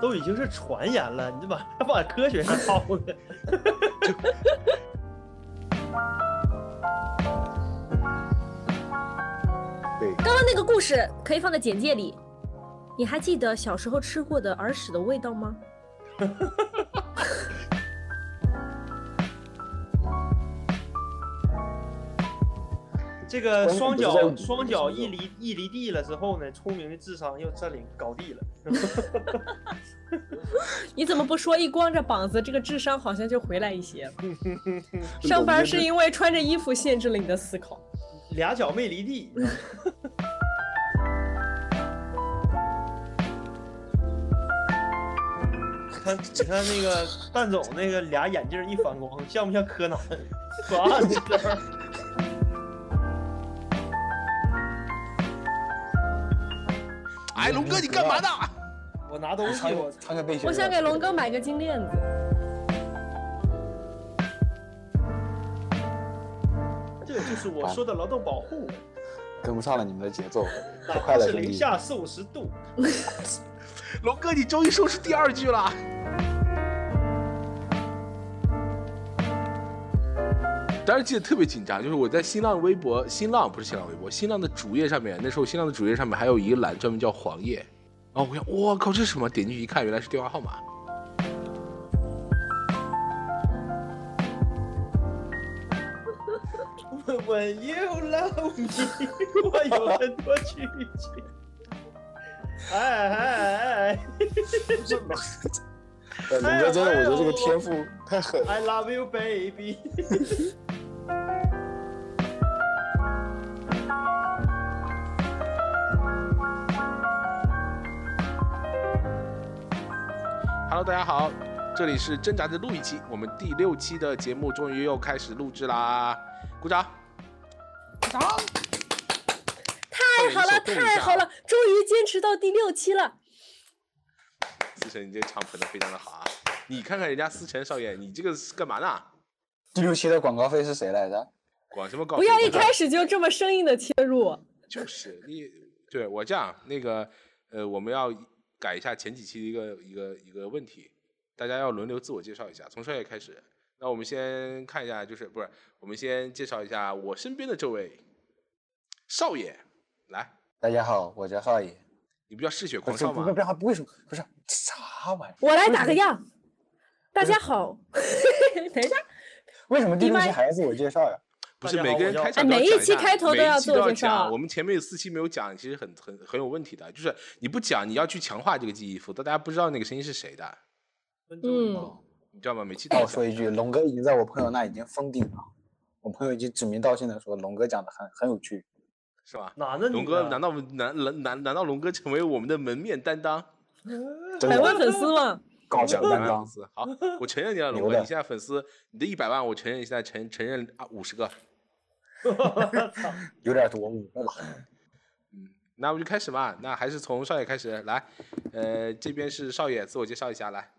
都已经是传言了，你怎么还往科学上套呢？对，刚刚那个故事可以放在简介里。你还记得小时候吃过的儿屎的味道吗？这个关键双不是在脚于双脚你一离一离地了之后呢，聪明的智商又占领高地了。你怎么不说一光着膀子，这个智商好像就回来一些了？真的上班是我们因为穿着衣服限制了你的思考。俩脚没离地， 你看，你看那个蛋总那个俩眼镜一反光，像不像柯南？左岸这边哎，龙哥，你干嘛呢？我拿东西，穿我个穿个背心儿啊，我想给龙哥买个金链子。这就是我说的劳动保护，跟不上了你们的节奏，哪太快怕了，是兄零弟。下四五十度，龙哥，你终于说出第二句了。当时记得特别紧张，就是我在新浪微博、新浪不是新浪微博，新浪的主页上面，那时候新浪的主页上面还有一个栏专门叫黄页，然后我想，我靠，这是什么？点进去一看，原来是电话号码。我 我又让你，我有很多拒绝。哎哎哎呃龙哥真的，我觉得这个天赋太狠了。 ，I love you baby。嗯 Hello，大家好，这里是挣扎的录一期，我们第六期的节目终于又开始录制啦，鼓掌！太好了，太好了，终于坚持到第六期了。思辰，你这个场捧的非常的好啊！你看看人家思辰少爷，你这个是干嘛呢？第六期的广告费是谁来着？管什么告不诉你？要一开始就这么生硬的切入。就是你，对我这样那个，呃，我们要改一下前几期的一个一个一个问题，大家要轮流自我介绍一下，从少爷开始。那我们先看一下，就是不是我们先介绍一下我身边的这位少爷，来，大家好，我叫浩野。你不叫嗜血不狂是少不吗不？不不，为什么不是啥玩意儿？我来打个样。大家好， 等一下，为什么第六你期妈还要自我介绍呀？不是大家每好个我人叫开场哎都要每一讲期下开头每都一要期自都我要介绍讲啊我们前面有四期没有讲，其实很很很有问题的，就是你不讲，你要去强化这个记忆，否则大家不知道那个声音是谁的，嗯，你知道吗？每期都哦那要我说一句，龙哥已经在我朋友那已经封顶了。我朋友已经指名道姓的说，龙哥讲的很很有趣。讲是吧？男的女的，龙哥，难道我们难难难难道龙哥成为我们的门面担当？真百万的粉丝嘛，搞笑百担万当粉，丝，啊好，我承认你了，龙牛哥，的你现在粉丝，你的一百万，我承认，你现在承承认啊五十个，有点多，五个吧。那我们就开始吧，那还是从少爷开始来，呃，这边是少爷，自我介绍一下，来，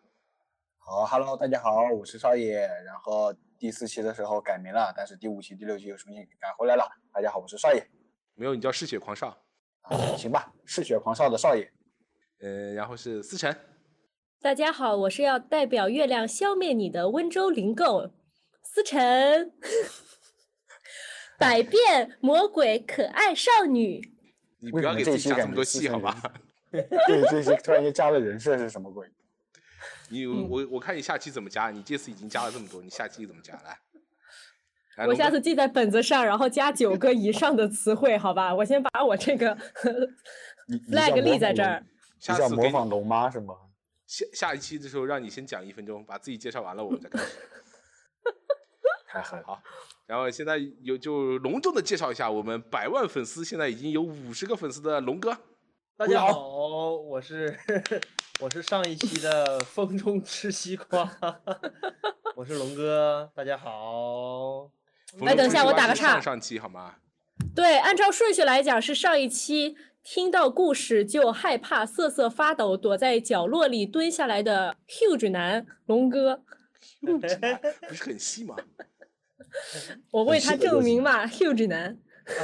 好，Hello，大家好，我是少爷。然后第四期的时候改名了，但是第五期、第六期又重新改回来了。大家好，我是少爷。没有你叫嗜血狂少，啊，行吧，嗜血狂少的少 爷。呃，然后是思辰，大家好，我是要代表月亮消灭你的温州灵购，思辰， 百变魔鬼可爱少女，你不为什要么给这自一期己加感这么觉多思戏好辰吧？对，这期突然间加了人设是什么鬼？你嗯我我看你下期怎么加，你这次已经加了这么多，你下期怎么加？来，我来啊龙下哥次记在本子上，然后加九个以上的词汇，好吧？我先把我这个 你 flag 立在这儿。。你下想次给模你仿龙妈是吗？下下一期的时候让你先讲一分钟，把自己介绍完了，我们再开始。太狠了！好，然后现在有就隆重的介绍一下我们百万粉丝，现在已经有五十个粉丝的龙哥。 大家好，我是 我是上一期的风中吃西瓜， 我是龙哥，大家好。冯哎龙等说一下实我话打是个岔上上期好吗？对，按照顺序来讲，是上一期听到故事就害怕、瑟瑟发抖、躲在角落里蹲下来的 huge 男龙哥， 不是很细吗？我为是他的就证是明嘛，huge 男。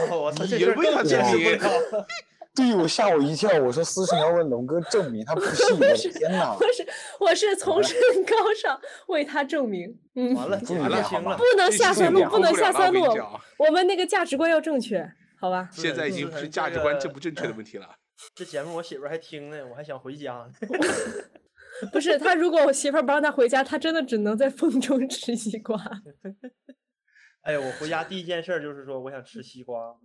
哦，我操，你这也事儿为更他解证释明不了。队友吓我一跳，我说思成要问龙哥证明，他不信， 我的天哪！我是我是嗯从身高上为他证明，嗯，完了，注解意了点好行吗了不，能这下是三不路，了不能不下了三我跟路 你，讲我们那个价值观要正确，好吧？现在已经不是价值观正不正确的问题了。这节目我媳妇儿还听呢，我还想回家呢。不是他，如果我媳妇儿不让他回家，他真的只能在风中 吃西瓜。哎，我回家第一件事儿就是说我想吃西瓜，哦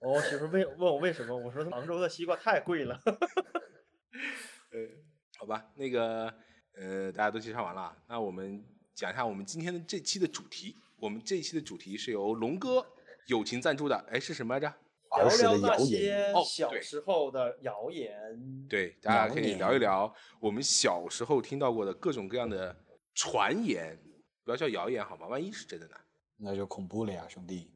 我媳妇儿问问我为什么，我说杭州的西瓜太贵 了。呃，好吧，那个呃，大家都介绍完了，那我们讲一下我们今天的这期的主题。我们这一期的主题是由龙哥友情赞助的，哎，是什么来着？聊儿时聊的那谣言，些哦小对时候的谣言。对，大家谣可以言聊一聊我们小时候听到过的各种各样的传言，不要叫谣言好吗？万一是真的呢？那就恐怖了呀，兄弟！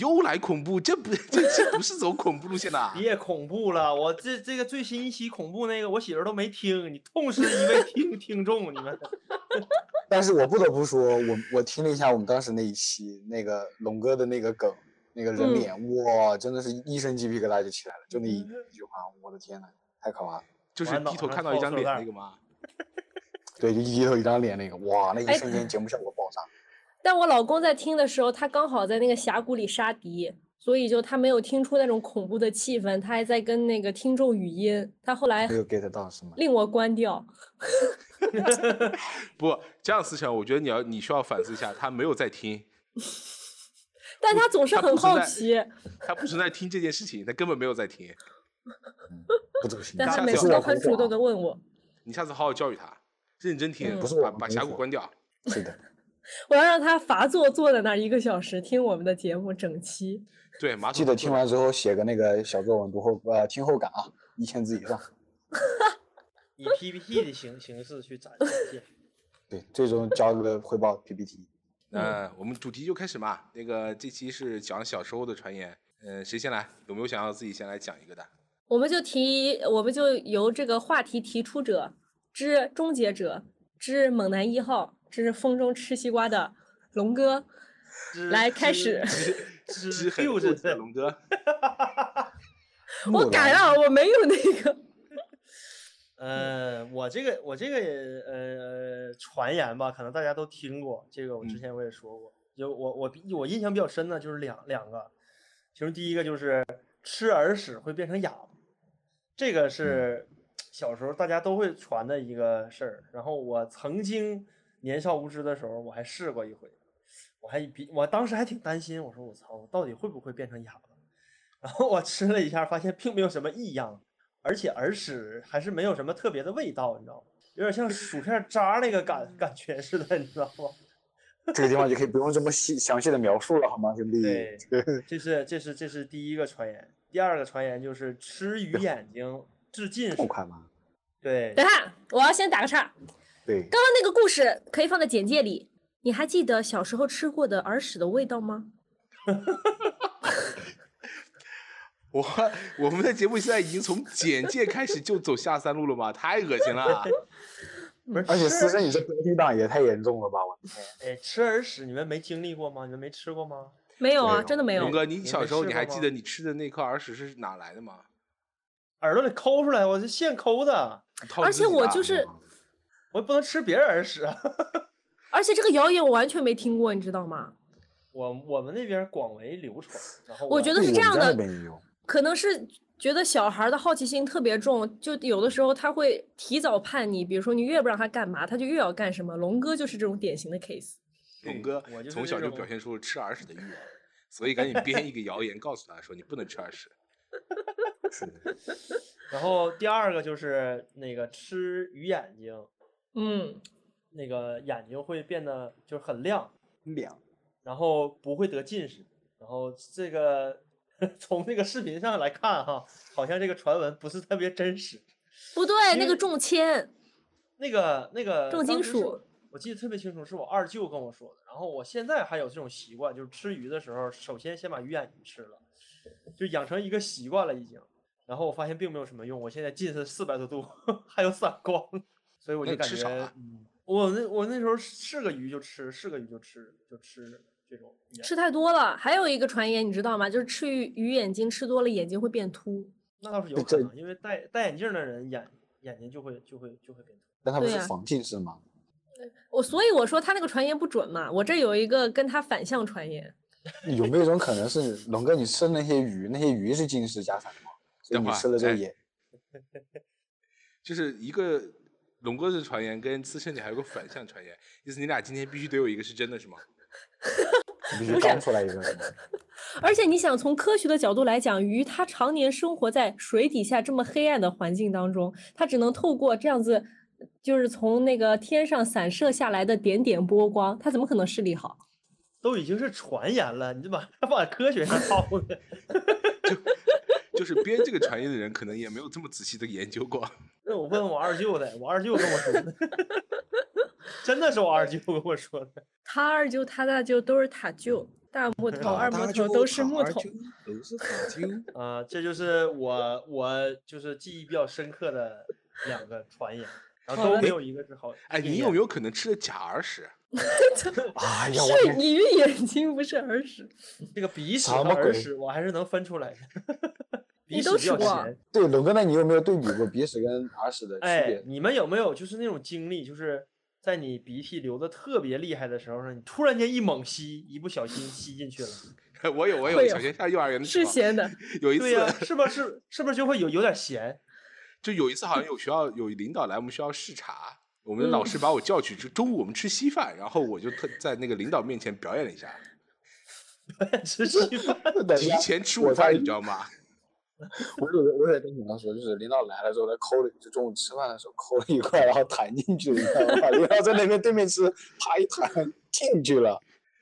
又来恐怖，这不 这这不是走恐怖路线的啊。别恐怖了，我这这个最新一期恐怖那个，我媳妇儿都没听，你痛失一位 听听众，你们但是我不得不说，我我听了一下我们当时那一期那个龙哥的那个梗，那个人嗯脸，哇，真的是一身鸡皮疙瘩就起来了，就那一一句话，我的天呐，太可怕了！就是我还低头脑上看到一冒张塑脸料袋那个吗？对，就一低头一张脸那个，哇，那哎一瞬间节目效果爆炸。但我老公在听的时候，他刚好在那个峡谷里杀敌，所以就他没有听出那种恐怖的气氛，他还在跟那个听众语音，他后来没有 get 到是吗？令我关掉。不，这样思想，我觉得你要你需要反思一下，他没有在听，但他总是他很不存好在奇，他不存在听这件事情，他根本没有在听。不走心，但下他次每要次我都很主动的的。问我，你下次好好教育他，认真听，嗯不是把我把没峡谷说关掉。是的，我要让他罚坐坐在那儿一个小时听我们的节目整期。对，马桶记得上听坐着完之后写个那个小作文，读后呃听后感啊，一千字以上。以 PPT 的形形式去展现。对，最终交了汇报 PPT。那呃我们主题就开始嘛。那个这期是讲小时候的传言，呃，谁先来？有没有想要自己先来讲一个的？我们就提，我们就由这个话题提出者之终结者之猛男一号之风中吃西瓜的龙哥之来开始。之知之很六幼着稚的龙哥，我改了，我没有那个。 呃，我这个我这个呃传言吧，可能大家都听过，这个我之嗯前我也说过，就我我比我印象比较深的就是两两个，其中第一个就是吃耳屎会变成哑巴，这个是小时候大家都会传的一个事儿，然后我曾经年少无知的时候，我还试过一回，我还比我当时还挺担心，我说我操，我到底会不会变成哑巴？ 然后我吃了一下，发现并没有什么异样，而且耳屎还是没有什么特别的味道，你知道吗？有点像薯片渣儿那个感感觉似的，你知道吗？这个地方就可以不用这么细详细的描述了，好吗，兄弟？对，这是这是这是第一个传言，第二个传言就是吃鱼眼睛治近这么 视。快吗？对，等下，我要先打个岔。对，刚刚那个故事可以放在简介里。你还记得小时候吃过的耳屎的味道吗？我我们的节目现在已经从简介开始就走下三路了吗？太恶心了！不是而且吃思深，你这标题党也太严重了吧！我的天，哎吃耳屎，你们没经历过吗？你们没吃过吗？没有没啊，有真的没有龙。哥，你没小时候试你过还记吗得你吃的那颗耳屎是哪来的吗？耳朵里抠出来，我是现抠的，你套而你自且己我的就啊是，我也不能吃别人耳屎啊。 而且这个谣言我完全没听过，你知道吗？我我们那边广为流传，然后我觉得对是这我们样家的那边也有，可能是觉得小孩儿的好奇心特别重，就有的时候他会提早叛逆。比如说你越不让他干嘛，他就越要干什么。龙哥就是这种典型的 case。龙对哥我就是从小那就种表现出了吃耳屎的欲望，所以赶紧编一个谣言告诉他说你不能吃耳屎。是的，然后第二个就是那个吃鱼眼睛，嗯，那个眼睛会变得就是很亮，两然后不会得近视。然后这个 从这个视频上来看哈，好像这个传闻不是特别真实。不对，那个中签，那个那个重金当时是属我，我记得特别清楚，是我二舅跟我说的。然后我现在还有这种习惯，就是吃鱼的时候，首先先把鱼眼睛吃了，就养成一个习惯了已经。然后我发现并没有什么用，我现在近视四百多度， 还有散光，所以我那就你感吃觉啥啊，嗯，我那我那时候是个鱼就吃，是个鱼就吃，就吃这种鱼眼吃太多了。还有一个传言你知道吗？就是吃鱼鱼眼睛吃多了眼睛会变凸。那倒是有可这能，因为戴戴眼镜的人眼眼睛就会就会就会变疼。但他不对是呀防近视吗？我所以我说他那个传言不准嘛，我这有一个跟他反向传言，有没有一种可能是龙哥你吃那些鱼，那些鱼是近视加反光，所以等你会儿吃了之后哎也就是一个龙哥的传言跟资深里还有个反向传言，意思你俩今天必须得有一个是真的，是吗？你必须不是刚出来一个什么？而且你想从科学的角度来讲，鱼它常年生活在水底下这么黑暗的环境当中，它只能透过这样子，就是从那个天上散射下来的点点波光，它怎么可能视力好？都已经是传言了，你就把它往科学上套了。就是编这个传言的人可能也没有这么仔细的研究过。 那我问我二舅的，我二舅跟我说的， 真的是我二舅跟我说的。他二舅、他大舅都是塔舅，大木头、二木哦大头舅都是塔木二头。舅，都是塔丘。啊、这就是我我就是记忆比较深刻的两个传言，然后好都了没有一个是好。哎，你有没有可能吃了假耳屎？哎呀，我是天， 你与眼睛不是耳屎，有这个鼻屎什和么耳鬼屎，我还是能分出来的。 鼻你屎都比较吃过咸。对龙哥，那你有没有对比过鼻屎跟耳屎的区哎 别，？你们有没有就是那种经历，就是在你鼻涕流的特别厉害的时候呢，你突然间一猛吸，一不小心吸进 去了。 我有，我会有。有小学上幼儿园的时是候，咸的。有一对呀、次，是不是是不是就会有有点咸？就有一次好像有学校有领导来我们学校视察，我们的老嗯师把我叫去，就中午我们吃稀饭，然后我就特在那个领导面前表演了一下，吃稀饭等一提下，前吃我午饭，在你知道吗？我有个我也跟你们说，就是领导来了之后，他抠了，就中午吃饭的时候抠了一块，然后弹进去了，你知道吗？领导在那边对面吃，啪一弹进去了。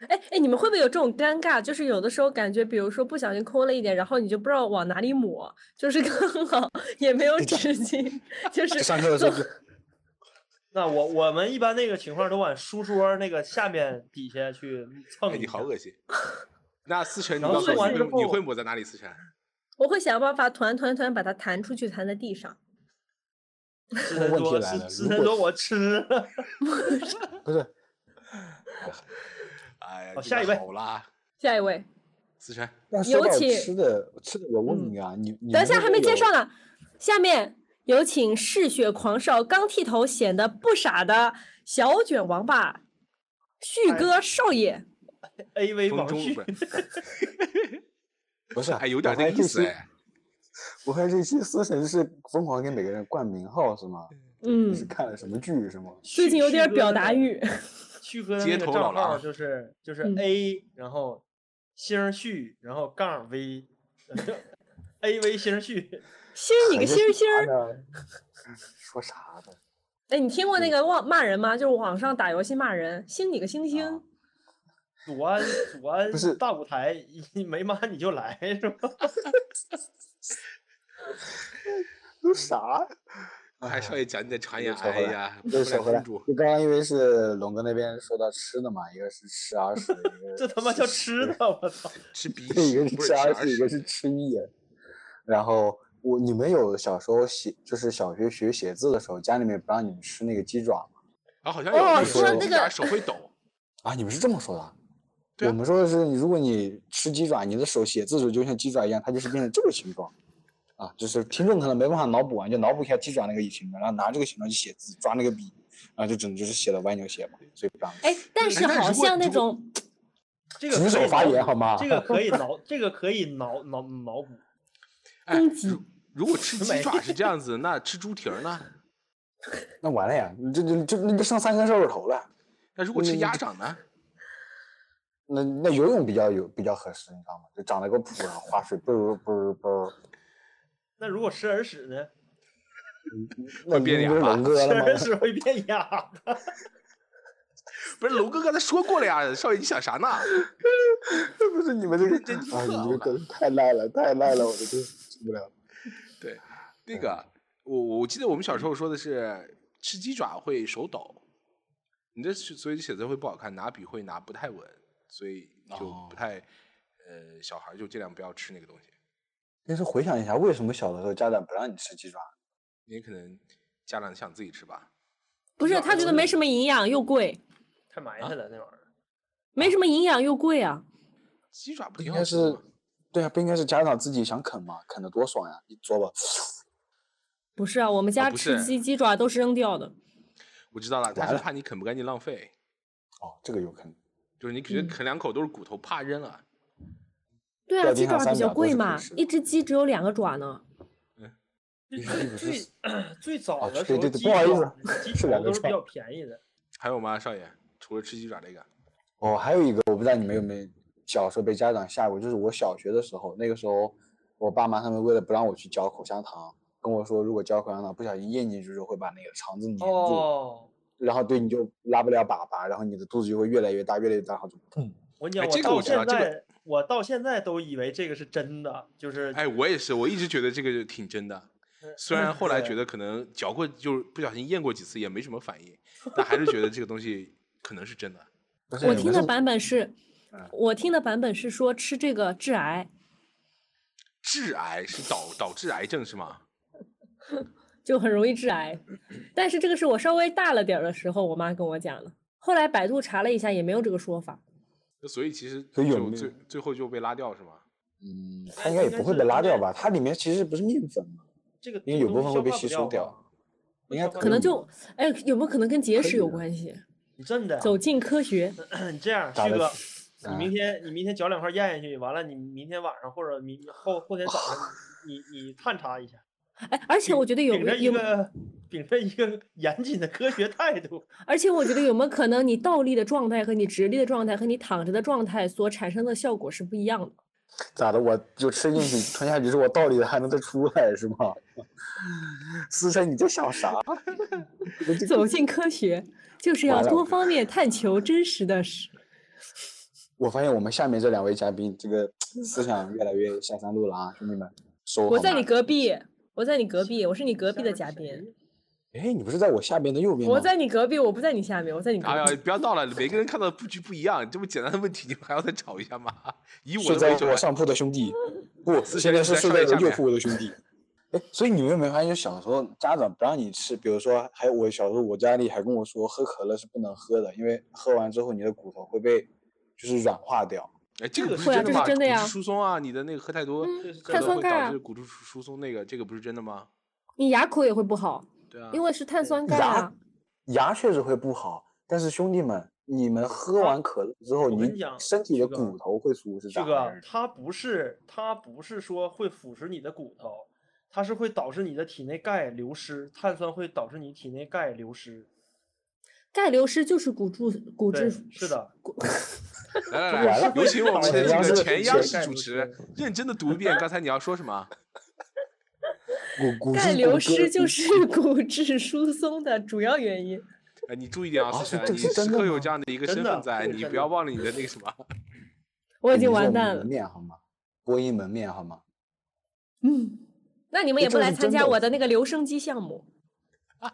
哎哎，你们会不会有这种尴尬？就是有的时候感觉，比如说不小心抠了一点，然后你就不知道往哪里抹，就是刚好也没有纸巾， 就是 就上课的时候就 那我我们一般那个情况都往书桌那个下面底下去蹭哎，一你下。好恶心。那思辰，你然后告诉做我完你之会你后会抹在哪里？思辰，我会想办法团团团把它弹出去，弹在地上。吃问很题多，吃来了吃如很果多，我吃了。 不是哎呀，好你下们一位好啦，下一位，思辰，要尤说到其嗯吃的吃的，我问你啊，你你等一们下那还边没介有绍呢，下面有请嗜血狂少、刚剃头显得不傻的小卷王八旭哎哥少爷。 A V 中王中午旭 不，是，不 是？哎，有点我那还个意这思期哎。我看这期思辰是疯狂给每个人冠名号是吗？你是嗯，看了什么剧是吗？最近有旭点哥表的达那个欲。 旭哥的街那个头账老号狼就是就是嗯 A，然后星旭，然后杠 V。A V 星旭， 星 儿你个还是啊星儿星儿啥，呢？说啥呢？哎，你听过那嗯个网骂人吗？就是网上打游戏骂人，星你个星星。啊祖安祖安是大舞台，一没骂你就来是吧？ 说啥？哎，少爷讲你的传言，又扯哎回来呀，又不扯然回来，公主，就刚刚因为是龙哥那边说到吃的嘛，一个是吃 耳屎，一个这他妈是叫吃的，，我操！吃鼻对一个是屎不是吃吃耳耳屎，一个是屎，吃液。然后我你们有小时候写，就是小学学写字的时候，家里面不让你们吃那个鸡爪吗？啊，好像有哦有说时候那我俩个手会抖，啊，你们是这么说的啊？对啊我们说的是，你如果你吃鸡爪，你的手写字的时候就像鸡爪一样，它就是变成这个形状。啊，就是听众可能没办法脑补啊完，就脑补一下鸡爪那个形状，然后拿这个形状去写字，抓那个笔，然后就只能就是写的歪扭写嘛，所以不让。哎，但是但好如果像那如果种这个举可手以发脑言补好吗这个可以脑，这个可以脑脑脑补。哎攻击，如果吃鸡没爪是这样子，那吃猪蹄儿呢？那完了呀，你这这这那就剩三根手指头了。那如果吃嗯鸭掌呢？那那游泳比较有比较合适，你知道吗？就长了个蹼，然后划水，啵儿啵儿啵儿。那如果吃耳屎呢？那会你变不是哑巴龙哥吃了吗耳？ 屎会变哑巴。不是龙哥刚才说过 了呀，少爷你想啥呢？不是你们这个认真听啊，你们了好这吧梗太烂了，太烂了，我的天，受不了。对，那个嗯我我记得我们小时候说的是吃鸡爪会手抖，你这是所以写字会不好看，拿笔会拿不太稳，所以就哦不太、呃，小孩就尽量不要吃那个东西，但是回想一下，为什么小的时候家长不让你吃鸡爪？因为可能家长想自己吃吧。不是哪他觉得有没什么营养又贵，太埋汰了那玩意儿。没什么营养又贵啊。鸡爪不应挺该好吃是的吗？对啊，不应该是家长自己想啃吗？啃的多爽呀！一嘬吧，不是啊，我们家不吃是鸡鸡爪都是扔掉的。我知道了，他完是了怕你啃不干净浪费，哦，这个有可能。就是你觉嗯得啃两口都是骨头，怕扔啊了。对啊，掉鸡地上爪比三较秒都是贵可以嘛吃，的一只鸡只有两个爪呢。最看最不最是 最早啊的时对候，对对鸡不好意爪思鸡是头两都个是比串较便宜的。还有吗，少爷？除了吃鸡爪这个，哦，还有一个我不知道你们有没有小时候被家长吓过，就是我小学的时候，那个时候我爸妈他们为了不让我去嚼口香糖，跟我说如果嚼口香糖不小心咽进去之后会把那个肠子粘住，哦，然后对你就拉不了粑粑，然后你的肚子就会越来越大，越来越大，然后就嗯砰。我跟你讲，哎我这个我到现知道这个在我到现在都以为这个是真的，就是哎，我也是，我一直觉得这个就挺真的。虽然后来觉得可能嚼过，就是不小心咽过几次也没什么反应，但还是觉得这个东西可能是真的。不是我你听们的是版本是嗯，我听的版本是说吃这个致癌，致癌是导导致癌症是吗？就很容易致 癌。但是这个是我稍微大了点儿的时候，我妈跟我讲的。后来百度查了一下，也没有这个说法。那所以其实所以有就没有最最后就被拉掉是吗？嗯，哎它应该也应该不会是被应拉掉该吧？它里面其实不是面粉嘛， 这个因为这有个部东西消分会被化不吸掉收掉吧。，应该嗯消化可不能了就，哎，有没有可能跟节可食以有的嗯关系？你真的呀走进科学，你嗯这样，咋旭的哥，你啊明天你明天嚼两块咽下去，完了你明天晚上或者明后后天早上你你你探查一下，哎，而且我觉得有秉没着一有，个秉着一个严谨的科学态度，而且我觉得有没有可能你倒立的状态和你直立的状态和你躺着的状态所产生的效果是不一样的。咋的？我就吃进去吞下去之后，我倒立的还能再出来是吗？ 思辰，你在想啥？走进科学就是要完了多方面探求真实的事。我发现我们下面这两位嘉宾，这个思想越来越下三路了啊，兄弟们，收我好在吗你隔壁，我在你隔壁，我是你 隔壁下的面嘉是谁宾。哎，你不是在我下边的右边吗？我在你隔壁，我不在你下面，我在你隔哎壁。呀，不要闹了，每个人看到的布局不一样，这么简单的问题你们还要再吵一下吗？以我睡的在为准我，上铺的兄 弟，不，思现在辰你是在睡上在面下我右面铺的兄弟。哎，所以你们有没有发现，就小时候家长不让你吃，比如说，还有我小时候，我家里还跟我说，喝可乐是不能喝的，因为喝完之后你的骨头会被就是软化掉。哎，这这个个不会啊真这的是吗？真的骨呀质疏松啊，你的那个喝太多嗯这是可碳能酸会钙导啊致骨质疏疏松，那个这个不是真的吗？你牙口也会不好，对啊，因为是碳酸钙牙啊。牙确实会不好，但是兄弟们，你们喝啊完可乐之后，我跟你讲身体旭的哥骨头会疏，是旭咋哥回事？，它不是它不是说会腐蚀你的骨头，它是会导致你的体内钙流失，碳酸会导致你体内钙流失。钙流失就是骨质骨对质，是的，完来来来了，有请我们的这完了个前央完视了主持人认真的读一遍刚才你要说什么。骨骨钙质流骨失骼就是骨质疏松的主要原因。哎，你注意点啊，啊思是辰，这你是真时的刻有吗这样的一个真身的份在，这个你真不要的忘了你的那个什么。我已你经是我完们蛋门了。面好吗？播音门面好吗？嗯，那你们哎也这不个来是参真加的我的那个留声机项目。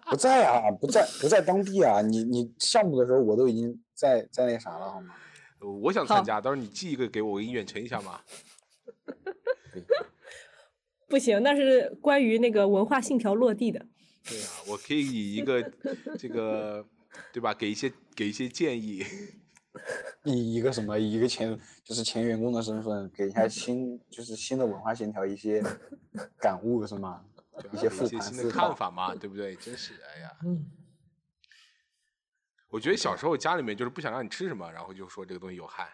不在啊，不在不在当地啊，你你项目的时候我都已经在在那啥了好吗？呃我想好参加，到时候你寄一个给我，我给你远程一下嘛。不行，那是关于那个文化信条落地的。对啊，我可以以一 个这个，对吧？给一些给一些建议。以一个什么以一个前就是前员工的身份，给一下新就是新的文化线条一 些感悟是吗？对啊一有些一复些盘新思的考看。法嘛，对不对？真是，哎呀，嗯，我觉得小时候家里面就是不想让你吃什么，然后就说这个东西有害。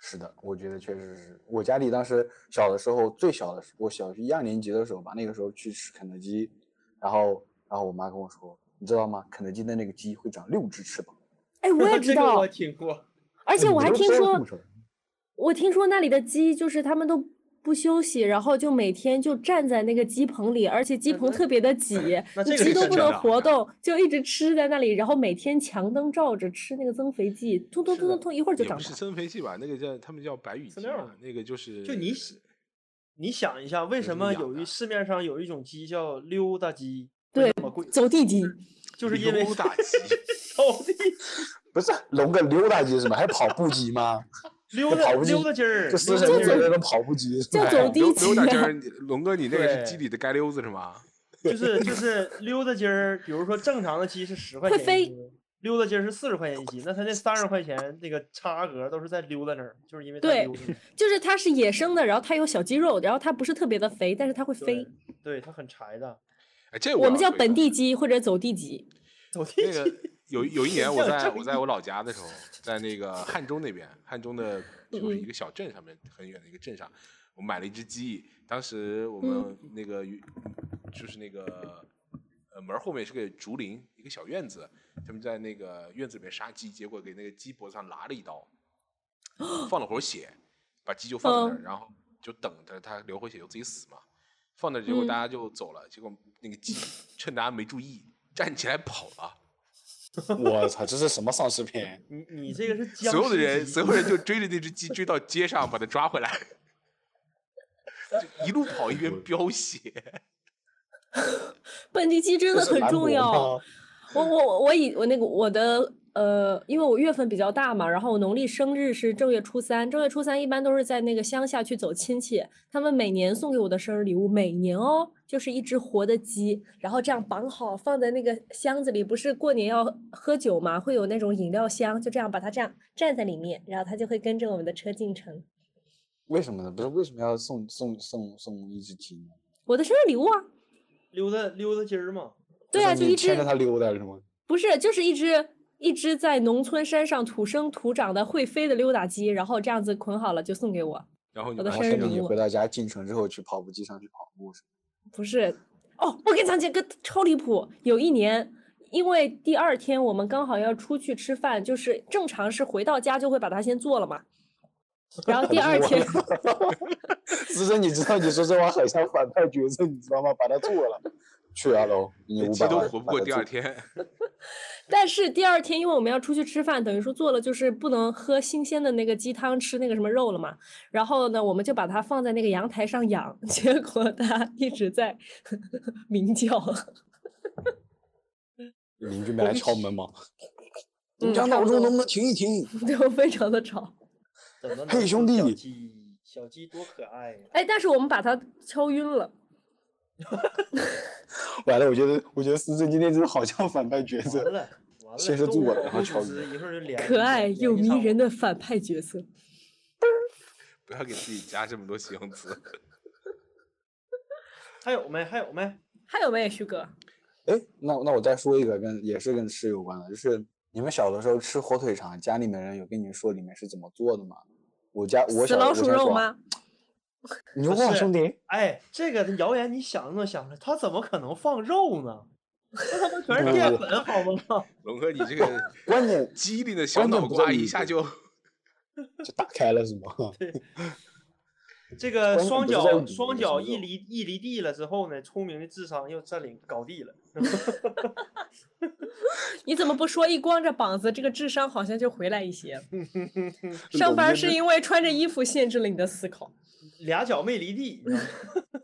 是的，我觉得确实是我家里当时小的时候，最小的时候，我小学一二年级的时候吧，那个时候去吃肯德基，然后然后我妈跟我说，你知道吗？肯德基的那个鸡会长六只翅膀，哎，我也 这知个道我，听过。而且你我还都听这样说这么，说我听说那里的鸡就是他们都不休息，然后就每天就站在那个鸡棚里，而且鸡棚特别的挤嗯，那你这个鸡是都真不的能啊活动，就一直吃在那里，然后每天强灯照着吃那个增肥剂，通通是通的通通，一会儿就也长不大是。增肥剂吧？那个叫他们叫白羽饲鸡料嘛嘛，那个就是就你想你想一下，为有什什么么养有的一市面上有一种鸡叫溜达鸡，对那么贵，走地鸡，嗯就是因为 溜达鸡走地不是啊龙个溜达鸡是吗？还跑步鸡吗？溜这达跑步机溜达鸡儿，这思溜辰达就鸡是儿那种跑步机是 就吧，哎走地溜溜达鸡鸡啊儿，龙哥，你那个是鸡对里的街溜子是吗？ 就是就是溜达鸡儿。比如说正常的鸡是十块会钱一飞斤，溜达筋儿是四十块钱一斤，那它那三十块钱那个差额都是在溜达那儿，就是因为它对溜达那儿就是它是野生的，然后它有小肌肉，然后它不是特别的肥，但是它会飞对。，对，它很柴的。哎，这我要们叫说一本下地鸡或者走地鸡。走地 那个有有一年我像在正我在我老家的时候，在那个汉中那边，汉中的就是一个小镇上面很远的一个镇上，我买了一只鸡翼。当时我们那个鱼就是那个呃门儿后面是个竹林，一个小院子，他们在那个院子里面杀鸡，结果给那个鸡脖子上拉了一 刀，放了会儿血，把鸡就放在那儿，然后就等着它流回血就自己死嘛。放那儿结果嗯大家就走了，结果那个鸡趁大家没注意站起来跑了。 我操，这是什么丧尸片？你你这个是僵所有的尸人，鸡所有人就追着那只鸡追到街上，把它 抓回来，就一路跑一边飙血。本地鸡真的这是很兰博重要吗。我我我以我那个我的呃，因为我月份比较大嘛，然后我农历生日是正月初三，正月初三一般都是在那个乡下去走亲戚，他们每年送给我的生日礼物，每年哦，就是一只活的鸡，然后这样绑好放在那个箱子里，不是过年要喝酒嘛，会有那种饮料箱，就这样把它这样站在里面，然后它就会跟着我们的车进城。 为什么呢？不是为什么要送送送送一只鸡呢？我的生日礼物啊，溜达溜达筋儿嘛，对啊，是就你一只牵着它溜达是吗？不是，就是一只一只在农村山上土生土长的会飞的溜达鸡，然后这样子捆好了就送给我。然后你我的然把它后生日甚吃掉至礼你物回到家进城之后去跑步机上去跑步 是吗？不是，哦，我跟你讲这个超离谱。有一年，因为第二天我们刚好要出去吃饭，就是正常是回到家就会把它先做了嘛。然后第二天，思思，你知道你说这话很像反派角色，你知道吗？把它做了，去啊喽，你那五鸡百都活不过第二天。天。但是第二天因为我们要出去吃饭，等于说做了就是不能喝新鲜的那个鸡汤，吃那个什么肉了嘛。然后呢，我们就把它放在那个阳台上养， 结果它一直在 鸣叫。 邻居们来敲门吗？你嗯们家差闹不钟多 能不能停一停？ 就非常的吵。怎么能嘿是兄弟小鸡小鸡多可爱呀、哎，但是我们把它敲晕了。完了，我觉得，我觉得思思今天真的好像反派角 完色。了完了，先是动坐物着保然护后敲组织一会儿就连可爱嗯又迷人的的反派角色。不要给自己加这么多形容词。还有没还有没？还有没，徐哥？哎，那那我再说一个跟也是跟吃有关的，就是你们小的时候吃火腿肠，家里面人有跟你们说里面是怎么做的吗？我家我死小老我鼠先肉说啊？吗？牛不啊，是兄弟！ 哎，这个谣言你想都能想出来，它怎么可能放肉呢？那他妈全是不淀不粉好 吗？ 龙哥，你这哦个关键机灵的小关键脑不在瓜于一你下就就打开了是吗？这个关键双不是在于脚你双是什脚么一肉离一离地了之后呢，聪明的智商又占领高地了。你怎么不说一光着膀子，这个智商好像就回来一些？ 嗯上懂班得是这因为穿着衣服限制了你的思考。俩脚没离地，你知道吗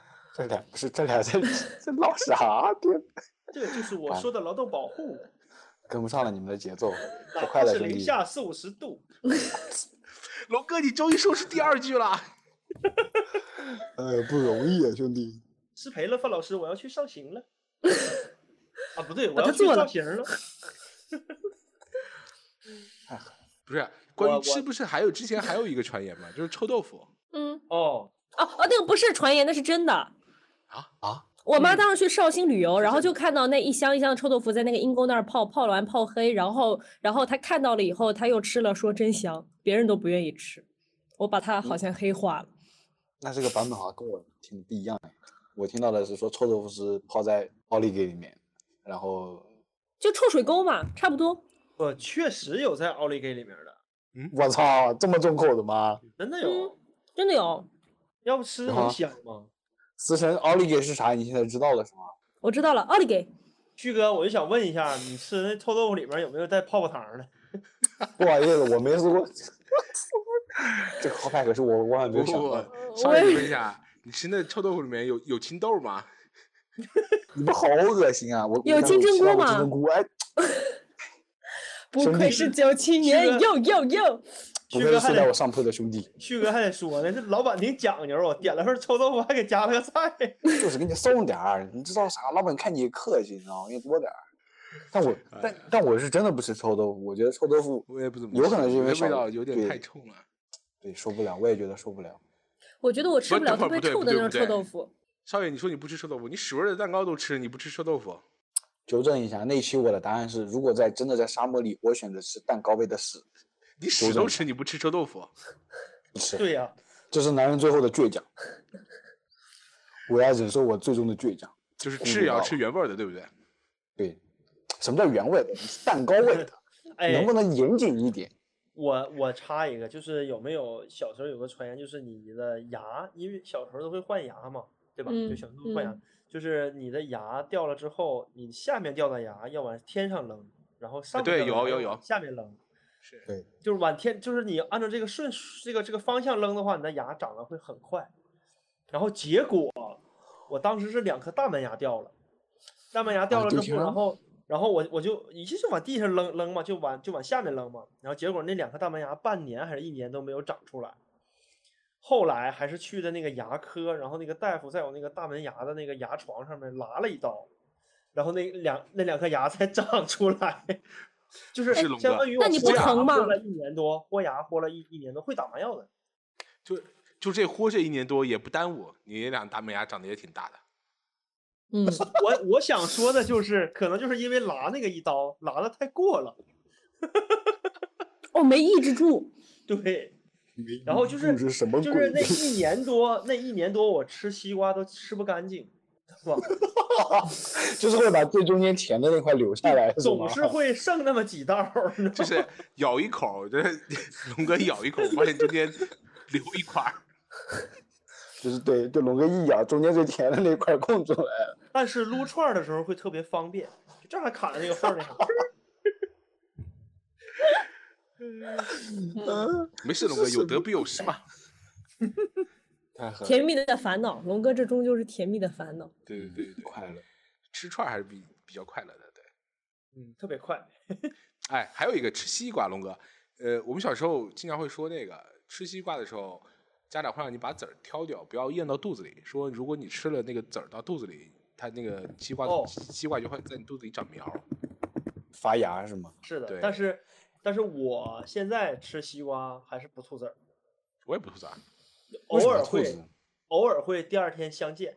这俩不是这俩在在唠啥？天，这个就是我完说的劳动保护，跟啊不上了你们的节奏，哪快怕快点，是兄零弟！下四五十度，龙哥，你终于说出第二句了。呃，不容易啊，兄弟。失陪了，范老师，我要去上刑 了。啊，不对，我把要它去做造了型了。不是，啊关我于吃不是还有之前还有一个传言嘛，就是臭豆腐嗯，哦，哦哦，那个不是传言，那是真的。啊啊！我妈嗯当时去绍兴旅游，然后就看到那一箱一箱的臭豆腐在那个阴沟那儿泡，泡完泡黑，然后然后她看到了以后，她又吃了，说真香，别人都不愿意吃。我把它嗯好像黑化了。 那这个版本好像跟我听的不一样哎，我听到的是说臭豆腐是泡在泡利给里面，然后就臭水沟嘛，差不多。我呃确实有在奥利给里面的，我操，这么重口的吗？真的有啊嗯。真的有，要不吃啊能香吗？思辰奥利给是啥？你现在知道了是吗？我知道了，奥利给。旭哥，我就想问一下，你吃那臭豆腐里面有没有带泡泡糖的？不好意思，我没说过。 这个好派可是我万万没不有不想到的，不，稍微问一下，你吃那臭豆腐里面有有青豆吗？你们好恶心啊！我有金针菇吗？金吗针菇，哎，不兄愧弟是九七年，个哟哟哟！不旭哥愧是还睡在得我上铺的兄弟，旭哥还得说呢，这老板挺讲究啊，点了份臭豆腐还给加了个菜。 就是给你送点儿，你知道啥？老板看你客气，你知道吗？给你多点儿。但我哎但但我是真的不吃臭豆腐，我觉得臭豆腐我也不怎么吃，有可能是因为味少道有点对太冲了。对受不了，我也觉得受不了。我觉得我吃不不了等会特别儿不对臭不的对那种不臭对豆腐。少爷，你说你不吃臭豆腐，你屎味儿的蛋糕都吃，你不吃臭豆腐？纠正一下，那期我的答案是，如果在真的在沙漠里，我选择吃蛋糕味的屎，你屎都吃，你不吃臭豆腐？不吃。对呀、这是男人最后的倔强。我要忍受我最终的倔强。就是不吃知也要道吃原味儿的，对不对？对，什么叫原味的？是蛋糕味的， 哎能，不能严谨一点？我我插一个，就是有没有小时候有个传言，就是你的牙，因为小时候都会换牙嘛，对吧？就嗯小时候都会换牙，嗯就是你的牙掉了之后，你下面掉的牙要往天上扔，然后上面哎对掉的有牙要有往有下面扔，是就是往天，就是你按照这个顺这个这个方向扔的话，你的牙长得会很快。然后结果，我当时是两颗大门牙掉了，大门牙掉啊了地之后，然上后然后我我就你就是往地上扔扔嘛，就往就往下面扔嘛。然后结果那两颗大门牙半年还是一年都没有长出来。后来还是去的那个牙科，然后那个大夫在我那个大门牙的那个牙床上面拉了一刀，然后那两那两颗牙才长出来，就是是龙相哥当于那我你豁不牙疼豁吗了一年多，豁牙豁了一一年多，会打麻药的。就就这豁这一年多也不耽误，你俩大门牙长得也挺大的。 嗯，我我想说的就是，可能就是因为拉那个一刀拉的太过了，我哦没抑制住。对。 然后就是是什么鬼？就是那一年多，那一年多我吃西瓜都吃不干净，是吧？就是会把最中间甜的那块留下来， 总吗是会剩那么几道儿。你知道就吗是咬一口，就是 龙哥咬一口，发现中间留一块儿。就是对，就龙哥一咬，中间最甜的那块空出来了。 但是撸串儿的时候会特别方便，就正好卡在那个缝儿里 头。没事，龙哥有得必有失嘛。 太嗯狠甜蜜的烦恼，龙哥这终究是甜蜜的烦恼。对对对对，快乐。吃串儿还是比比较快乐的。对，嗯，特别快。哎，还有一个吃西瓜，龙哥，呃，我们小时候经常会说那个吃西瓜的时候，家长会让你把籽儿挑掉，不要咽到肚子里。说如果你吃了那个籽儿到肚子里，它那个西瓜、哦西瓜就会在你肚子里长苗。发芽是吗？是的，对但是但是我现在吃西瓜还是不吐籽儿，我也不吐槽，为什偶么尔兔会子偶尔会第二天相见。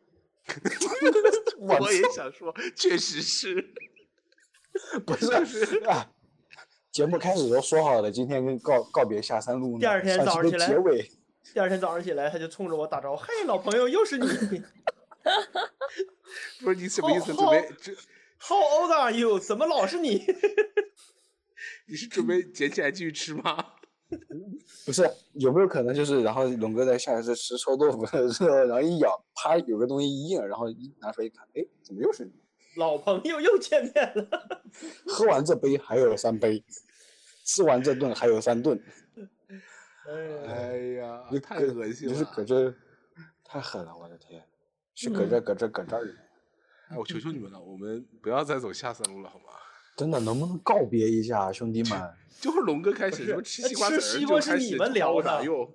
我 我也想说，确实是。不是啊。节目开始都说好的，今天跟告告别下山路呢。第二天上早期上的起来结尾，第二天早上起来，他就冲着我打招呼：“嘿，老朋友，又是 你 不是你什么意思？哦准备这，How old are you？怎么老是你？ 你是准备捡起来继续吃吗？不是有没有可能就是，然后龙哥在下一次吃臭豆腐的时候，然后一咬，啪，有个东西一硬，然后一拿出来一看，哎，怎么又是你？老朋友又见面了。 喝完这杯还有三杯，吃完这顿还有三顿，哎呀哎呀你，太搁恶心你是搁了！这太狠了，我的天，是搁嗯这搁这搁这儿呢，哎，我求求你们了，我们不要再走下三路了，好吗？真的能不能告别一下，兄 弟们？哎就是龙哥开始是说吃那西瓜吃籽儿，西就瓜是开你始们吵聊我打的哟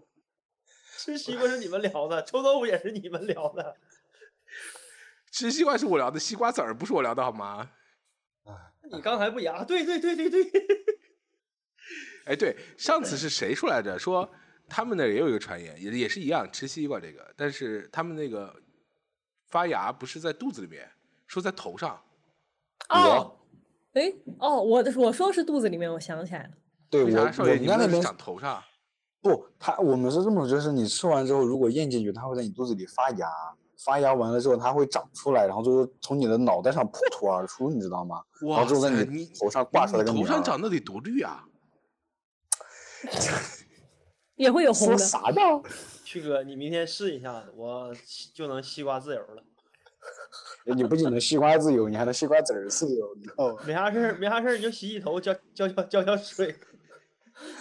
吃西 瓜是你们聊的，臭豆腐也是你们聊的。吃西瓜是我聊的，西瓜籽儿不是我聊的好吗？ 你刚才不也啊？对对对对对， 哎，对，上次是谁说来着？说他们那儿也有一个传言，也也是一样吃西瓜这个，但是他们那个发芽不是在肚子里面，说在头上。哦，哎，哦，我的我说是肚子里面，我想起来了，对我为啥少我爷们你家们那那是边长头上？不，它我们是这么，就是你吃完之后，如果咽进去，它会在你肚子里发芽，发芽完了之后，它会长出来，然后就是从你的脑袋上破土而出，你知道吗？然哇后就在塞，你你头上挂你出来个头苗上儿长得得多绿啊！也会有红说的。啥呢？ 旭哥，你明天试一下子，我西就能西瓜自由了。你不仅能西瓜自由，你还能西瓜籽儿自由，你知道吗？没啥事儿，没啥事儿，你就洗洗头，浇浇浇浇浇水。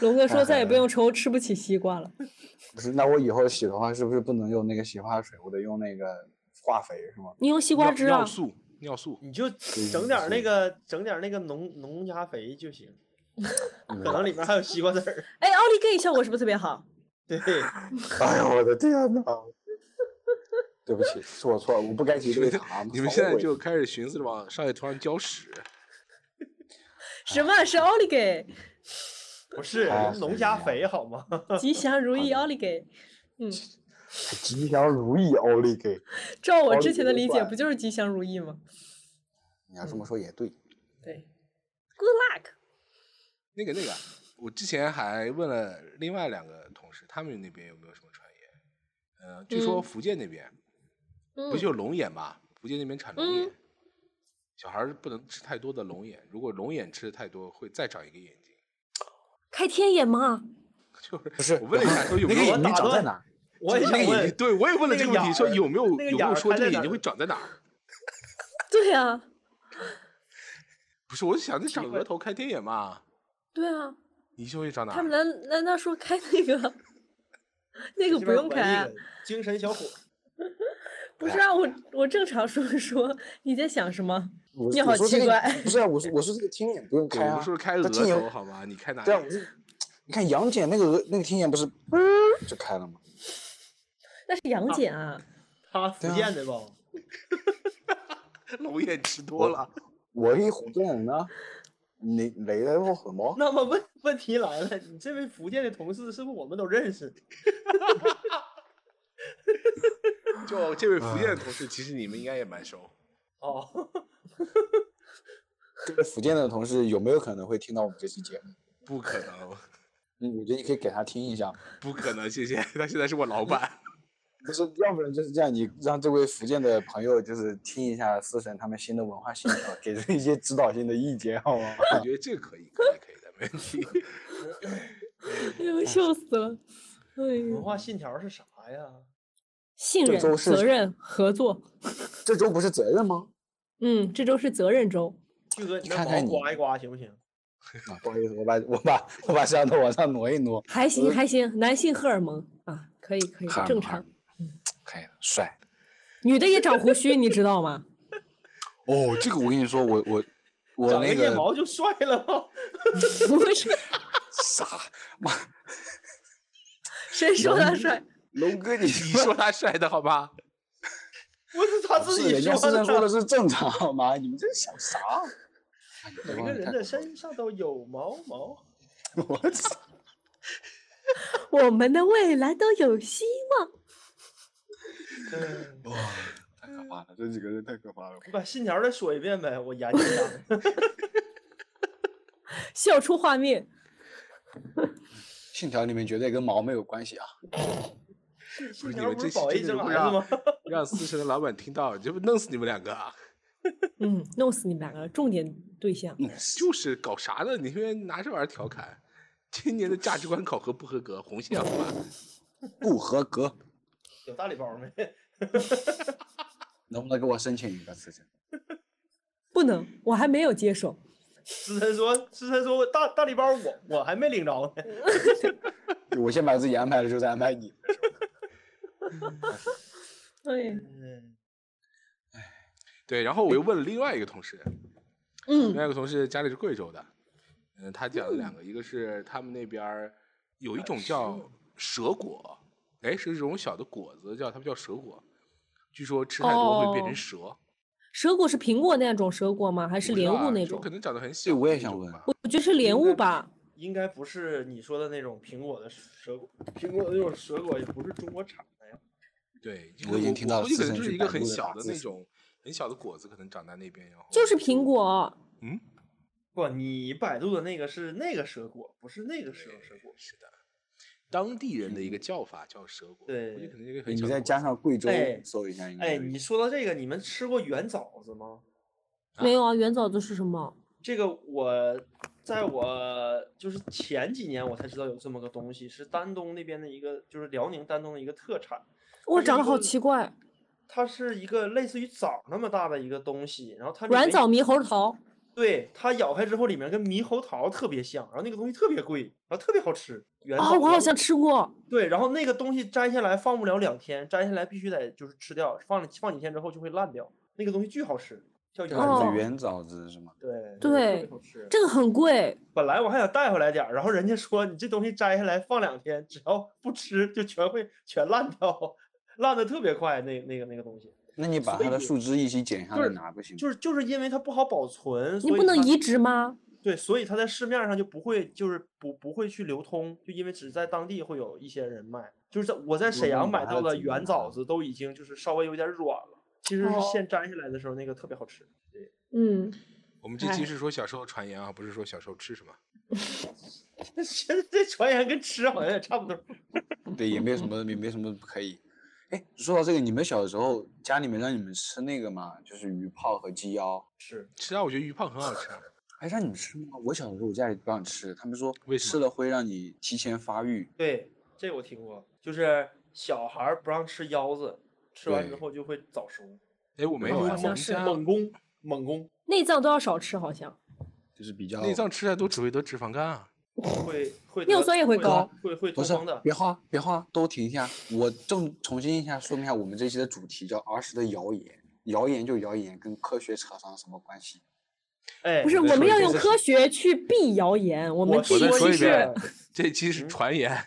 龙哥太说再也狠不了用愁吃不起西瓜了。不是，那我以后洗头发是不是不能用那个洗发水，我得用那个化肥是吗？ 你用 西瓜尿汁尿啊？素，尿素。你就整是点儿那是个，整点儿那个农农家肥就行，嗯可能里面还有西瓜籽儿。 哎，奥利给效果是不是特别好？对，哎呦我的天呐！ 对不起，是我错了，我不该提这个茬。你们好现在悔就开始寻思着往少爷头上浇屎，什么啊是 o l i g 不是哎农是家这样肥好吗？ 吉祥如意 o l i g 吉祥如意奥利给。照我 Olig 之前的都理解，算不就是吉祥如意吗？你要这么说也对，对，Good luck。那个那个，我之前还问了另外两个同事，他们那边有没有什么传言？呃，据说嗯福建那边、嗯不是有龙眼吗？福建那边产龙嗯眼，小孩儿不能吃太多的龙眼，如果龙眼吃的太多，会再长一个眼 睛。开天眼嘛，就是不是我问了一下，说有那个没有我眼睛打长在断哪儿？我也那个想眼睛？问，对，我也问了那这个问题，眼说儿有没有那个眼有没有儿说开这个在眼哪睛儿会长在哪儿？对啊，不是，我就想着长奇怪额头开天眼嘛，对啊，你就会长哪他们儿？难难道说开那个那这个不边用文艺开啊？人，精神小伙。不是啊，我我正常说 说，你在想什么？我你我好说这奇个怪不是啊，我 说我说这个天眼不用开我啊们，说开额那天头眼好吧？你开哪对啊，里我？就你看杨戬那个额那个天眼不是嗯就开了吗？那是杨戬啊，他福对啊建的吧？ 龙眼吃多了，我一虎断人呢，你雷的我很猫，那么问问题来了，你这位福建的同事是不是我们都认识？就这位福建的同事，其实你们应该也蛮熟。哦，这位福建的同事有没有可能会听到我们这期节目？不可能，嗯，我觉得你可以给他听一下，不可能，谢谢。他现在是我老板，不是，要不然就是这样，你让这位福建的朋友就是听一下思神他们新的文化信条，给出一些指导性的意见，啊好吗？我觉得这个可以，可以，可以的，没 问题。哎呦，笑死了！哎文呦，化信条是啥呀？信这任周、是责任、合作，这周不是责任吗？嗯，这周是责任周。巨哥，你你那看毛看你刮一刮行不行？啊，不好意思，我把我把我把摄像头往上挪一挪，还行是还行，男性荷尔蒙啊，可以可以哈，正常。。哎，帅女的也长胡须，你知道吗？ 哦！这个我跟你说，我我我长那腋个毛就帅了吗？不是，傻妈，谁说他帅？龙哥你你说他帅的好吧？不是他自是己人家说思的啊神，说的是正常好吗？你们这是想啥？ 每个人的身上都有毛毛。我操！我们的未来都有希望。嗯，哇，太可怕了，这几个人太可怕了。你把信条再说一遍呗，我研究一下。笑出画面，信条里面绝对跟毛没有关系啊！信不信是你条们不这是期保 A 真的生孩会让子吗？让思辰的老板听到，这不弄死你们两 个啊？嗯，弄死你们两个重点对象。就是搞啥呢？你们拿这玩意儿调侃，今年的价值观考核不合格，红线好吧？不合格，有大礼包没？ 能不能给我申请一个辞职？不能，我还没有接手。思辰说，思辰说大大礼包我我还没领着呢。我先把自己安排了，就再安排你。哎，嗯，对，然后我又问了另外一个同事，另嗯，外一个同事家里是贵州的，嗯，他讲了两个，一个是他们那边儿有一种叫蛇果，哎，是一种小的果子，叫他们叫蛇果，据说吃太多会变成哦蛇，蛇果是苹果那种蛇果吗？还是不知莲道啊雾那就种可？能长得很小对的那种吧。我也想问我觉得是莲应雾该吧。应该不是你说的那种苹果的蛇果，苹果的那种蛇果也不是中国产的呀。对，我已经听到估计可思辰能就是去一个百很度的小打的字那是种很小的果子，可能长在那边，然后就是苹。果，嗯，不，你百度的那个是那个蛇果，不是那个蛇对蛇果。是的，当地人的一个叫法叫蛇果，估计对可能是一个很小你的再果加子上贵州哎搜一下，应该哎，有你说到这个，你们吃过圆枣子吗？没有啊？圆枣子是什么？这个我在我就是前几年我才知道有这么个东西，是丹东那边的一个，就是辽宁丹东的一个特产。我是长一得好个奇怪，它是一个类似于枣儿那么大的一个东西，然后它里软面枣猕猴桃。对它咬开之后，里面跟猕猴桃特别像，然后那个东西特别贵，然后特别好吃。圆啊、枣我然好后像吃过。对，然后那个东西摘下来放不了两天，摘下来必须得就是吃掉，放放几天之后就会烂掉。那个东西巨好吃，叫圆哦枣是儿。圆枣子是吗？对特对别好吃。这个很贵，本来我还想带回来点儿，然后人家说你这东西摘下来放两天，只要不吃就全会全烂掉，烂的特别快。那那个那个东西，那你把所它的以树枝一起剪下就来是拿不行吗？就是就是因为它不好保存，你所以不能它移植吗？对，所以它在市面上就不会，就是不不会去流通，就因为只在当地会有一些人卖。就是在我在沈阳买到的圆枣子都已经就是稍微有点软了，其实是哦现摘下来的时候那个特别好吃。 对，嗯，我们这期哎是说小时候传言啊，不是说小时候吃什么。现在这传言跟吃好像也差不多。 对，也没有什么，也没什么不可以。哎，说到这个，你们小时候家里面让你们吃那个嘛，就是鱼泡和鸡腰，是，吃啊，我觉得鱼泡很好吃啊。哎，让你们吃吗？我小时候我家里不让吃，他们说为什吃了会让你提前发育。对，这个我听过，就是小孩儿不让吃腰子，吃完之对后就会早熟。哎，我没有哦好啊，我像们是家猛攻，猛攻内脏都要少吃，好像。就是比较内脏吃太多只会得脂肪肝啊。会会尿得酸也会高，会会不脱是光的，。别画，别画，都停一下。我正重新一下说明一下，我们这期的主题叫儿时的谣言。谣言就谣言，跟科学扯上什么关系？哎，不是，我在我们说要一用遍科学去避谣言，我们我第说的一期说一是遍，这期是嗯传言，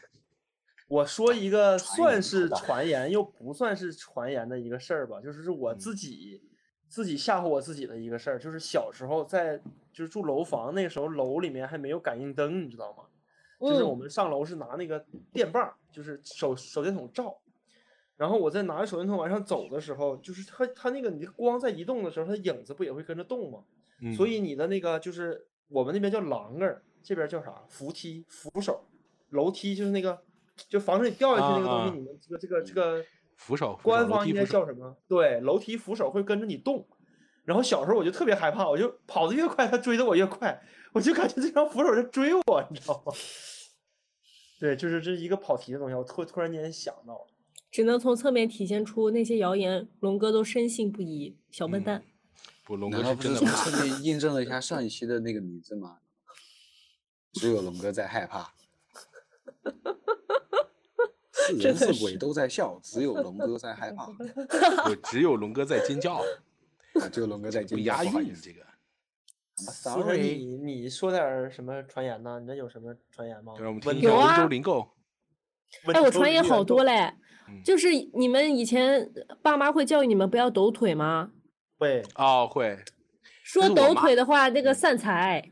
我说一个算言是好吧传言又不算是传言的一个事儿吧，就是是我嗯自己、自己吓唬我自己的一个事儿，就是小时候在就是住楼房，那时候楼里面还没有感应灯，你知道吗？就是我嗯，们上楼是拿那个电棒儿，就是手手电筒照。然后我在拿着手电筒往上走的时候，就是它它那个你光在移动的时候，它影子不也会跟着动吗？嗯所以你的那个就是我们那边叫栏杆儿，这边叫啥？扶梯、扶手、楼梯，就是那个就防止你掉下去那个东啊啊西。你们这个这个这个扶手，扶手官楼方梯应扶该手叫什么？对，楼梯扶手会跟着你动。然后小时候我就特别害怕，我就跑得越快，它追得我越快，我就感觉这张扶手在追我，你知道吗？ 对，就是这一个跑题的东西，我突突然间想到了，只能从侧面体现出那些谣言，龙哥都深信不疑，小嗯笨蛋。。不，龙难哥道是不真是的从不侧面印证了一下上一期的那个名字吗？只有龙哥在害怕，是人真的是鬼都在笑，只有龙哥在害怕，我只有龙哥在尖叫，啊只有龙哥在不尖叫。押不好韵意思这个。 ，I'm 苏晨， ，sorry。你你说点儿什么传言呢？你那有什么传言吗？让我们听温一州下有温啊州林购。温哎，我州传梨言园好洞多嘞嗯，就是你们以前爸妈会教育你们不要抖腿吗？对，哦，会，说是我抖妈腿的话，那个嗯散财。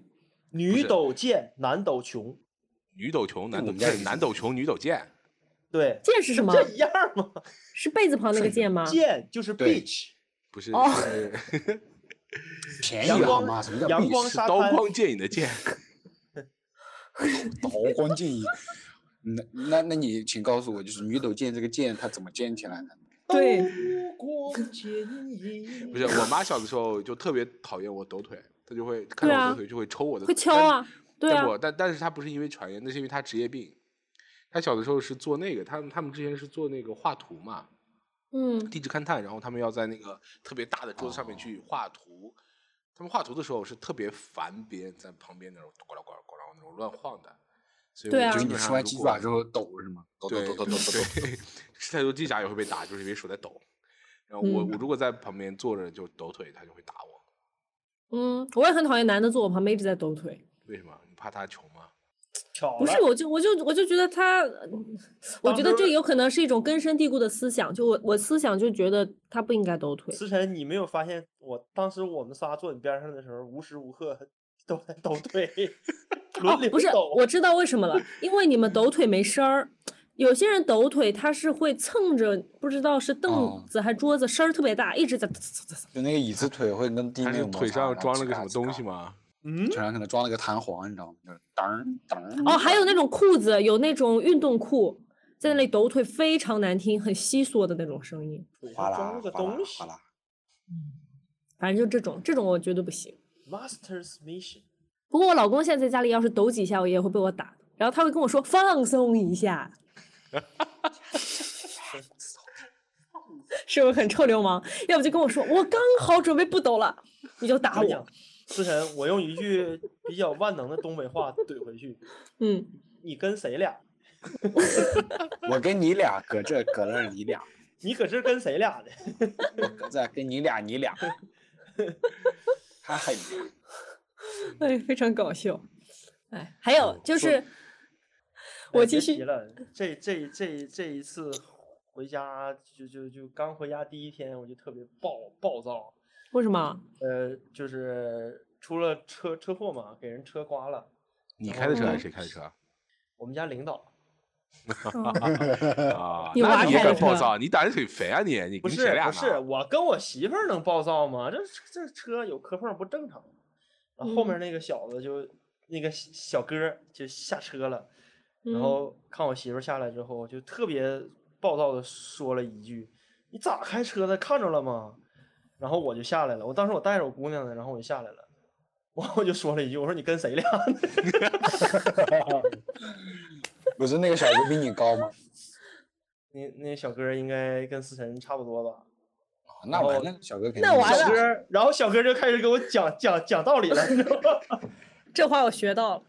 女是抖贱，男抖穷，女抖穷，男我抖们不家是也是男抖穷，女抖贱。对，剑是什么？啊这一样儿吗？是被字旁那个剑吗？贱就是对 bitch，不是， 哦是便宜阳好光吗？什么叫阳必光吃沙刀滩光剑影的剑。刀光剑影？ 那那那你请告诉我，就是女斗剑这个剑它怎么建起来的？对刀光剑影不是，我妈小的时候就特别讨厌我抖腿，她就会看对到我啊抖腿就会抽我的会腿，敲但啊，对但啊不，，但但是她不是因为传言，那是因为她职业病。她小的时候是做那个，他们他们之前是做那个画图嘛，嗯，地质勘探，然后他们要在那个特别大的桌子哦上面去画图。他们画图的时候是特别烦别人在旁边那种呱啦呱啦呱啦那种乱晃的，所以对我啊就是基你本上吃完如鸡果爪之后抖是吗？抖抖对抖抖抖抖抖。对， 吃太多鸡爪也会被打，就是因为手在抖。然后我、嗯我如果在旁边坐着就抖腿，他就会打我。嗯，我也很讨厌男的坐我旁边一直在抖腿。为什么？你怕他穷吗？巧不是，了我就我就我就觉得他，嗯我当觉得时这有可能是一种根深蒂固的思想。就我我思想就觉得他不应该抖腿。思辰，你没有发现我当时我们仨坐你边上的时候，无时无刻 都在抖 腿，哦轮流，不是，啊抖。我知道为 什么了，因为你们抖腿没声儿。有些人抖腿，他是会蹭着，不知道是哦凳子还桌子，声儿特别大，一 直在就那个椅子腿会跟地他面是摩腿擦上然后装了吱个嘎什么吱东嘎西吗？嗯，腿上可能装了个弹簧，你知道吗？就是噔儿噔儿。哦，还有那种裤子，有那种运动裤，在那里抖腿，非常难听，很稀嗦的那种声音。腿哗上啦装了个哗啦东西哗啦，反正就这种，这种我绝对不行。 ，Master's Mission。不过我老公现在在家里，要是抖几下，我也会被我打。然后他会跟我说放松一下， 是不是很臭流氓？要不就跟我说我刚好准备不抖了，你就打我讲啊我。，思辰，我用一句比较万能的东北话怼回去：嗯，你跟谁俩？我跟你俩搁这搁那儿你俩，你搁这儿跟谁 俩的？哎我搁这儿跟你俩你俩，他很哎，非常搞笑。哎，还嗯有就说是，我哎继别续提了，这这这这一次回家就就就刚回家第一天，我就特别暴暴躁，啊 为什么？呃，就是出了车车祸嘛，给人车刮了。你开的车还嗯是谁开的车啊？我们家领导嗯啊，你那娃你也开的敢暴车躁？你胆子挺肥啊你！你不跟是谁俩不呢？是，我跟我媳妇儿能暴躁吗？这这车有磕碰不正常。然后后嗯面那个小子就、那个小小哥儿就下车了，嗯然后看我媳妇儿下来之后，就特别暴躁的说了一句：“你咋开车的？看着了吗？”然后我就下来了，我当时我带着我姑娘呢，然后我就下来了，我我就说了一句：“我说你跟谁俩 呢不是那个小哥比你高吗？那那小哥儿应该跟思辰差不多吧？啊那完了，小哥肯定那完小了哥儿，然后小哥儿就开始给我讲讲讲道理了，你知道吗？这话我学到了。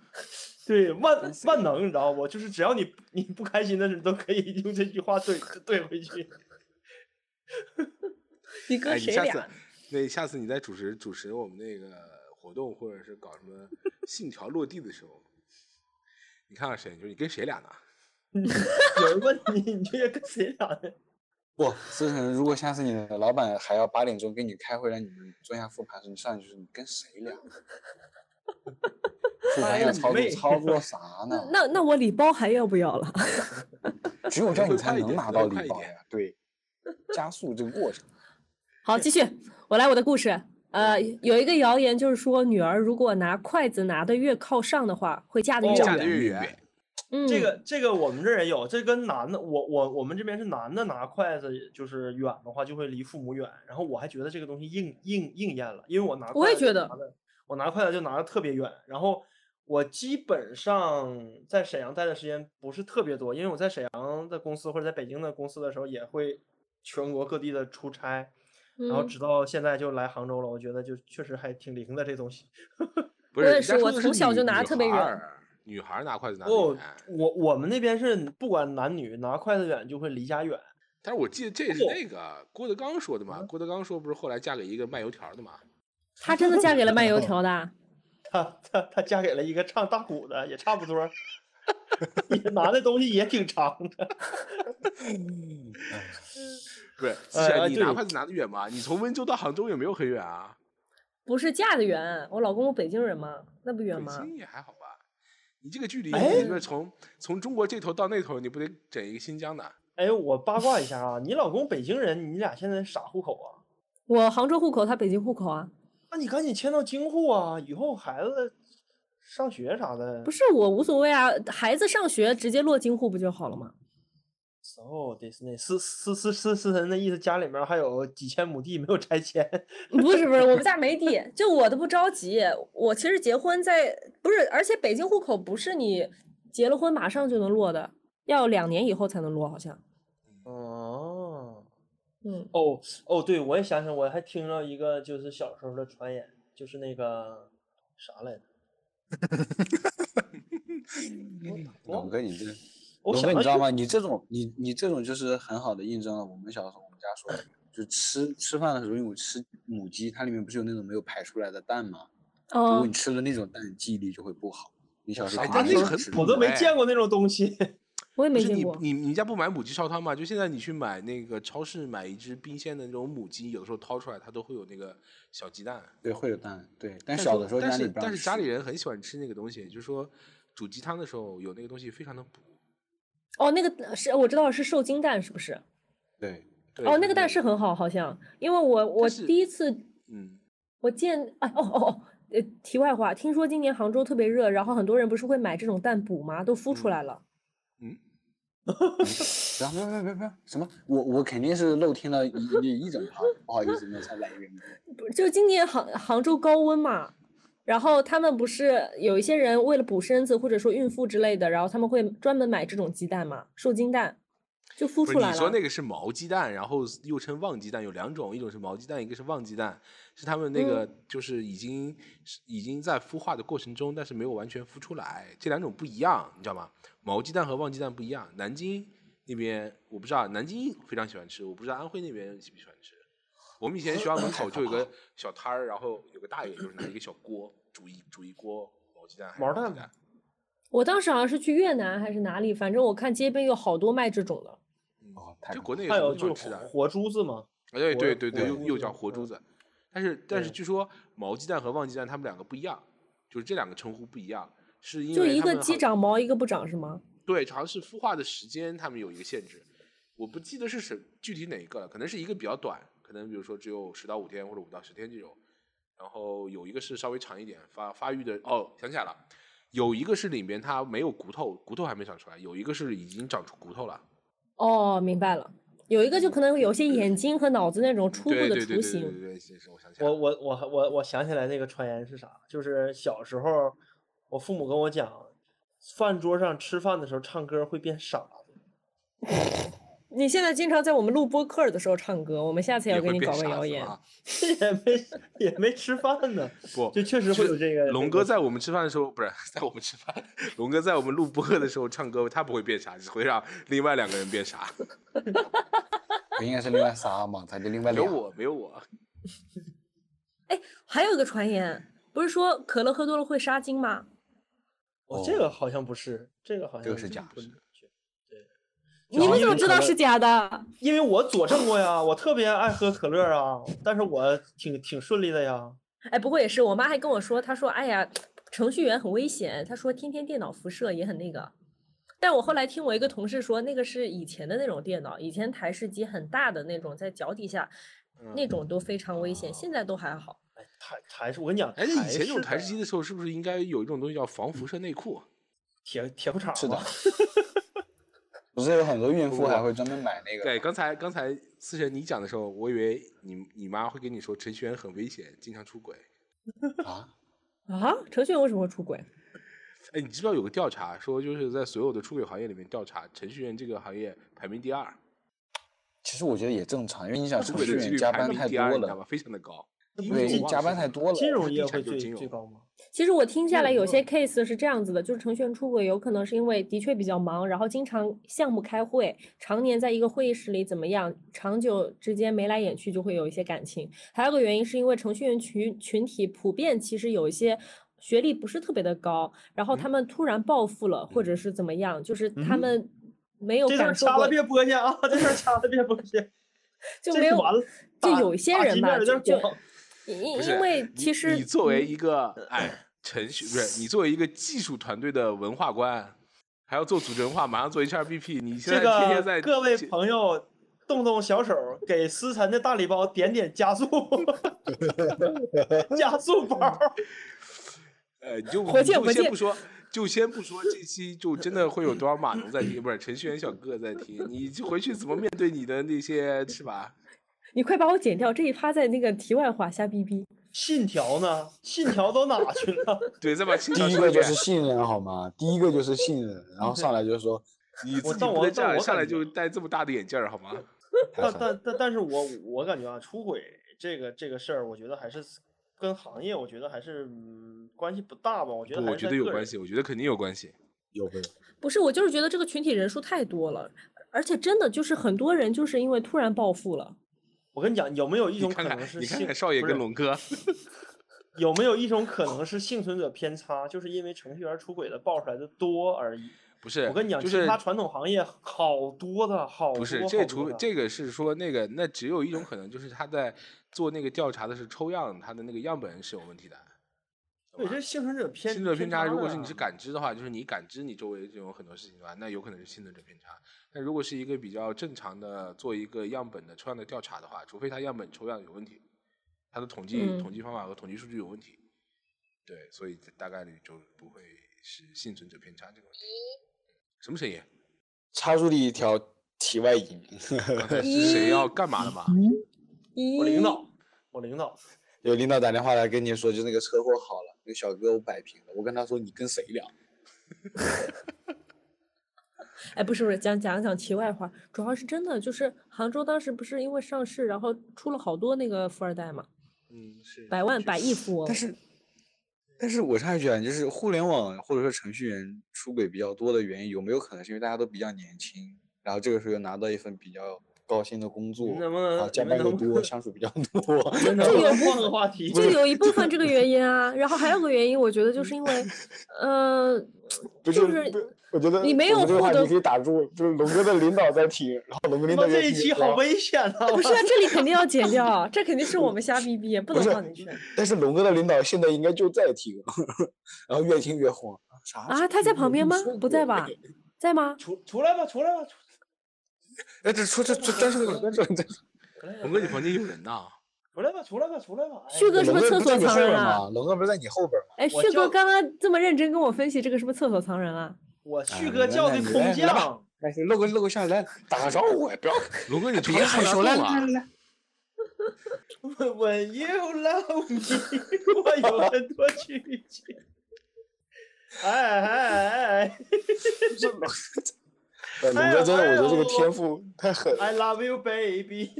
对，万万能，你知道不？就是只要你你不开心的时候，你都可以用这句话 怼怼回去。你跟哎，你谁下俩次呢？那下次你在主持主持我们那个活动，或者是搞什么信条落地的时候，你看看谁，你说你跟谁俩呢？有人问你，你这跟谁俩呢？不，思成，如果下次你的老板还要八点钟跟你开会，让你们做一下复盘时，你上去说你跟谁聊？复哎盘要操作妹操作啥呢？那那我礼包还要不要了？只有这样会你才快一能点拿会到快礼一包点呀。对，加速这个过程。好，继续，我来我的故事。呃，有一个谣言就是说，女儿如果拿筷子拿的越靠上的话，会嫁得哦越嫁远。得远越越远远，嗯，这个这个我们这儿也有，这跟男的，我我我们这边是男的拿筷子就是远的话，就会离父母远。然后我还觉得这个东西应应应验了，因为我拿我也筷子觉得拿得，我拿筷子就拿的特别远。然后我基本上在沈阳待的时间不是特别多，因为我在沈阳的公司或者在北京的公司的时候，也会全国各地的出差。嗯，然后直到现在就来杭州了，我觉得就确实还挺灵的这东西。不我是，也人家是说我的从小女就拿女特别孩远儿女孩儿拿筷子拿得哦远，，我我们那边是不管男女拿筷子远就会离家远。但是我记得这是那个郭德纲说的嘛，嗯郭德纲说不是后来嫁给一个卖油条的嘛？她真的嫁给了卖油条的啊。她她她嫁给了一个唱大鼓的，也差不多，也拿的东西也挺长的。不 是，哎哎是你拿对筷子拿得远吗？你从温州到杭州也没有很远啊，不是嫁得远，我老公我北京人嘛，那不远北吗？京也还好吧。你这个距离，哎你不是从从中国这头到那头，你不得整一个新疆的？哎，我八卦一下啊，你老公北京人，你俩现在啥户口啊？我杭州户口，他北京户口啊。那你赶紧迁到京户啊，以后孩子上学啥的。不是我无所谓啊，孩子上学直接落京户不就好了吗？ 哦，得是那思思思思思辰的意思，家里面还有几千亩地没有拆迁。不是不是，我们家没地，就我都不着急。我其实结婚在不是，而且北京户口不是你结了婚马上就能落的，要两年以后才能落，好像。哦嗯，哦哦，对，我也想起来，我还听到一个就是小时候的传言，就是那个啥来着。我哦龙哥，你这，我龙想哥，你到知道就吗？你这种，你你这种就是很好的印证了我们小时候我们家说的，就吃吃饭的时候，因为我吃母鸡，它里面不是有那种没有排出来的蛋吗？如果哦你，吃了那种蛋，记忆力就会不好。你小时候哎肯定真的是很吃普我的都没哎见过那种东西。我也不没是见你过。你你家不买母鸡烧汤吗？就现在你去买那个超市买一只冰鲜的那种母鸡，有的时候掏出来它都会有那个小鸡蛋。对，会有蛋，对。但但小是的时候但家里是不让但是吃家里人很喜欢吃那个东西，就是说煮鸡汤的时候有那个东西非常的补。哦，那个是我知道是受精蛋是不是？对，对哦，那个蛋是很好，好像，因为我我是第一次嗯，我见哎哦哦哦，呃，题外话，听说今年杭州特别热，然后很多人不是会买这种蛋补吗？都孵出嗯来了。然后别别别别什么，我我肯定是漏听了一一一整行，不好意思，没有才来 源。不就今年杭杭州高温嘛，然后他们不是有一些人为了补身子或者说孕妇之类的，然后他们会专门买这种鸡蛋嘛，受精蛋，就孵不是出来你了。说那个是毛鸡蛋，然后又称旺鸡蛋，有两种，一种是毛鸡蛋，一个是旺鸡蛋，是他们那个嗯就是已经、是已经在孵化的过程中，但是没有完全孵出来，这两种不一样，你知道吗？毛鸡蛋和旺鸡蛋不一样。南京那边我不知道，南京非常喜欢吃，我不知道安徽那边喜不喜欢吃。我们以前学校门口就有 个小摊儿，然后有个大爷就是拿一个小锅煮一煮一锅毛鸡蛋还是毛旺蛋鸡吗蛋，我当时好像是去越南还是哪里，反正我看街边有好多卖这种的。嗯哦太就棒国内有还很有多就地方是哎吃的，活珠子嘛，哎，对活对活对，又珠又子叫活珠嗯子。但是但是对据说毛鸡蛋和旺鸡蛋它们两个不一样，就是这两个称呼不一样，是因就为一它个们鸡好长毛，一个不长是吗？对，好像是孵化的时间，他们有一个限制，我不记得是什具体哪一个了，可能是一个比较短，可能比如说只有十到五天或者五到十天这种，然后有一个是稍微长一点，发发育的哦，想起来了，有一个是里面它没有骨头，骨头还没长出来，有一个是已经长出骨头了，哦，明白了。有一个就可能有些眼睛和脑子那种初步对的对对雏对对对形，对，是是我想起来我了，我我我我想起来那个传言是啥，就是小时候我父母跟我讲，饭桌上吃饭的时候唱歌会变傻子， 你现在经常在我们录播客的时候唱歌，我们下次也要给会你变搞个傻谣子言。啊也没也没吃饭呢，不，就确实会有这个。龙这哥个在我们吃饭的时候，不是在我们吃饭，龙哥在我们录播的时候唱歌，他不会变傻，只会让另外两个人变傻。不应该是另外仨吗？咋就另外没有俩？我，没有我，还有一个传言，不是说可乐喝多了会杀精吗？哦，这个好像不是，这个好像这个是假不的准确你们因怎么为知可道乐是假的？因为我佐证过呀，我特别爱喝可乐啊，但是我挺挺顺利的呀。哎，不过也是，我妈还跟我说，她说，哎呀，程序员很危险，她说天天电脑辐射也很那个。但我后来听我一个同事说，那个是以前的那种电脑，以前台式机很大的那种，在脚底下那种都非常危险，现在都还好。哎，台台式，我跟你讲，而哎且以前这种式台的式机的时候，是不是应该有一种东西叫防辐射内裤？嗯铁铁裤衩是的嘛， 不是有很多孕妇我还会专门买那个对，刚才刚才思璇你讲的时候，我以为你你妈会跟你说程序员很危险，经常出轨。啊？啊，程序员为什么会出轨？哎，你知不知道有个调查说，就是在所有的出轨行业里面调查，程序员这个行业排名第二，其实我觉得也正常，因为你想出程轨序的几员率加排班名太第多二，你知道吧？了，非常的高。那第一不名是对我，忘加了是班什太么多了。金融地业产会就最金融最高吗？其实我听下这来，个有我些 case 是这样子的，就是程序员出轨，有可能是因为的确比较忙，然后经常项目开会，常年在一个会议室里怎么样，长久之间眉来眼去就会有一些感情。还有个原因是因为程序员群群体普遍其实有一些学历不是特别的高，然后他们突然暴富了，或者是怎么样，就是他嗯们没有这段感受掐过了，别播下啊，这段掐了别播下， 这就没是有完了，就打有一些打人击面吧，有就点就广因因不因是为你其实你作为嗯一个 哎程序不是你作为一个技术团队的文化官，还要做组织文化，马上做 HRBP，你 现这在天天个在各位这朋友，动动小手，给思辰的大礼包点点加 速，加速包。呃，你就火你箭就火先箭不说，就先不说这期就真的会有多少码农在听，不是程序员小哥在听，你就回去怎么面对你的那些是吧？你快把我剪掉这一趴，在那个题外话瞎逼逼。信条呢？信条都哪去了？ 对，再把信条第一说个一就遍是，信任，好吗？第一个就是信任，然后上来就是 说，你自我己但不我能这但样我上来感觉就戴这么大的眼镜儿好吗？还但好但但但是我我感觉啊，出轨这个这个事儿，我觉得还是跟行业，我觉得还是嗯关系不大吧。我觉不，得还我是觉在得有个关人系，我觉得肯定有关系。有会有。不是，我就是觉得这个群体人数太多了，而且真的就是很多人就是因为突然暴富了，我跟你讲，有没有一你种看可看能，是你幸看看少爷不跟是龙哥，有没有一种可能是幸存者偏差，就是因为程序员出轨的爆出来的多而已。不是，我跟你讲，就其是他传统行业好多的，好不多是好这多除的这个是说那个那只有一种可能，就是他在做那个调查的是抽样，他的那个样本是有问题的。对，懂吗这幸存者偏幸存者偏差，差如的果是你啊是感知的话，就是你感知你周围这种很多事情的话，那有可能是幸存者偏差。但如果是一个比较正常的做一个样本的抽样的调查的话，除非他样本抽样有问题，他的统计、嗯统计方法和统计数据有问题，对，所以大概率就不会是幸存者偏差这个问题。嗯什么声音？插入了一条题外音， 刚才是谁要干嘛了吗？我领咦导，我领导，有领导打电话来跟你说，就那个车祸好了，那个小哥我摆平了。我跟他说你跟谁聊？哎，不是不是，讲讲讲题外话，主要是真的就是杭州当时不是因为上市，然后出了好多那个富二代嘛，嗯，是百万百亿富翁但，是，但是我插一句啊，就是互联网或者说程序员出轨比较多的原因，有没有可能是因为大家都比较年轻，然后这个时候又拿到一份比较高薪的工作，能不能啊，加你们班又能不 多，能相处比较多。真的这个换个话题，这有一部分这个原因啊，然后还有个原因，我觉得嗯就是 因为，呃， 不就是是不我觉得你没我有们这个获话得题可以打住，就是龙哥的领导在听，然后龙哥领导那在这一听期然好后危险啊！不是啊，这里肯定要剪掉，啊这肯定是我们瞎逼逼，不不能是放进去啊但是龙哥的领导现在应该就在听， 然后越听越慌。啥啊。他在旁边吗？不在？吧？在吗？出出来吧，出来吧，出哎，这出这这真 是龙哥这这，出来吧 龙哥，你房间有人呐？出来吧，出来吧，出来吧。哎旭哥我是不是龙哥厕不在所你藏后人边啊？吗？龙哥不是在你后边吗？哎，我旭哥就刚刚这么认真跟我分析这个是不是厕所藏人啊？我旭哎哥叫的原来空你来了降，来，露个露个下来，打个招呼，不要龙哥，你床哎别上害有羞，人来动啊来来，哎我我又让你，我有很多拒绝。哎哎哎这龙。 呃龙哥真的，我觉得这个天赋太狠。 ，I love you, baby。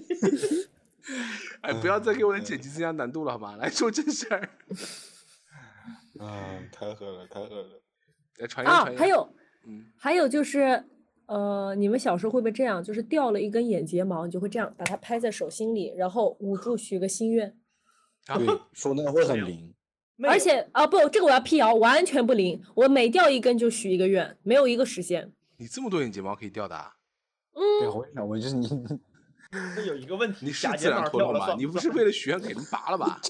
哎，不嗯要再给我的剪辑增加难度了，好吗？来说正事儿，嗯，太狠了，太狠了。来传一啊传，一。还，有嗯，还有就是，呃，你们小时候会不会这样？就是掉了一根眼睫毛，你就会这样把它拍在手心里，然后捂住许个心愿。啊对，说那会很灵。没而有且啊，不，这个我要辟谣，完全不灵。我每掉一根就许一个愿，没有一个实现。你这么多眼睫毛可以掉的啊？对，我想，我就是你，那有一个问题，你是假自睫然毛脱掉落了吧？算你不算是为了许愿给人拔了吧？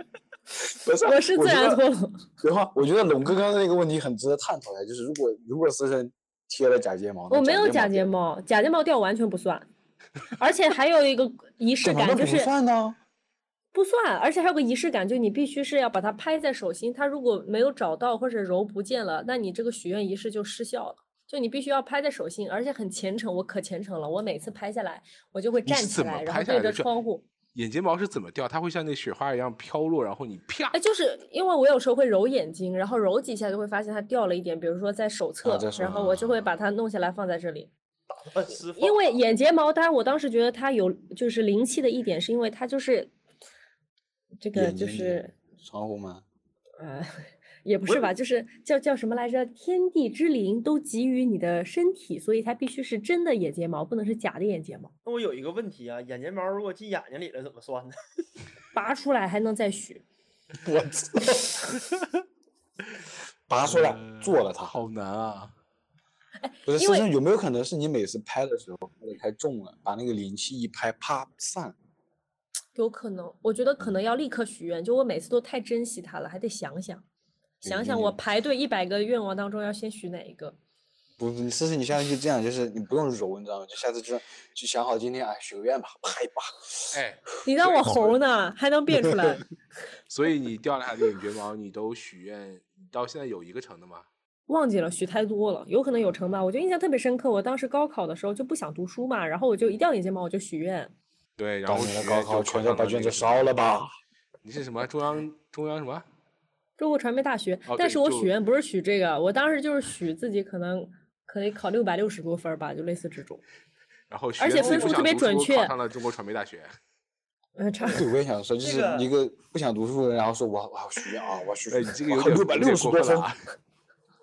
不是，啊我是自觉然得脱落。然后我觉得龙哥刚才那个问题很值得探讨一下，就是如果如果思深贴了假睫毛，我没有假睫毛毛，假睫毛掉完全不算。而且还有一个仪式怎么感，能就不是算呢？不算，而且还有个仪式感，就你必须是要把它拍在手心，它如果没有找到或者揉不见了，那你这个许愿仪式就失效了。就你必须要拍在手心，而且很虔诚，我可虔诚了，我每次拍下来，我就会你站是起怎么来，然后拍下对来着的？就窗户。眼睫毛是怎么掉？它会像那雪花一样飘落，然后你啪哎，，就是因为我有时候会揉眼睛，然后揉几下就会发现它掉了一点，比如说在啊手侧，在手然后我就会把它弄下来放在这里。呃释放因为眼睫毛，当然我当时觉得它有就是灵气的一点，是因为它就是这个眼就睛是窗户吗？呃，也不我是也吧，就是叫叫什么来着？天地之灵都给予你的身体，所以它必须是真的眼睫毛，不能是假的眼睫毛。那我有一个问题啊，眼睫毛如果进眼睛里了怎么算呢？拔出来还能再许。 我操！ 拔出来呃做了它，好难啊！不是因思为深有没有可能是你每次拍的时候拍的太重了，把那个灵气一拍，啪散？有可能，我觉得可能要立刻许愿，就我每次都太珍惜它了，还得想想，对想有想我点排队一百个愿望当中要先许哪一个。不，你思深，你下次就这样，就是你不用揉，你知道吗？就下次就就想好今天哎许个愿吧，啪一拔。哎，你当我猴儿呢，还能变出来？ 所以你掉下来的眼睫毛，你都许愿，你到现在有一个成的吗？忘记了，许太多了，有可能有成吧。我就印象特别深刻，我当时高考的时候就不想读书嘛，然后我就一掉眼睫毛我就许愿，对，然当后年许的高愿就考考全上都了把那卷个子什么烧了 吧？你是什么中央中央什么？中国传媒大学哦。但对是我就许愿不是许这个，我当时就是许自己可能可以考六百六十多分儿吧，就类似这种。然后许而愿且自己分不数特想别读准书确考上了中国传媒大学。嗯，差不多对，我也想说，就这是个一个不想读书的人，然后说我我要许愿啊，我要许哎，你这个有点六百有点六十过多分分了，啊！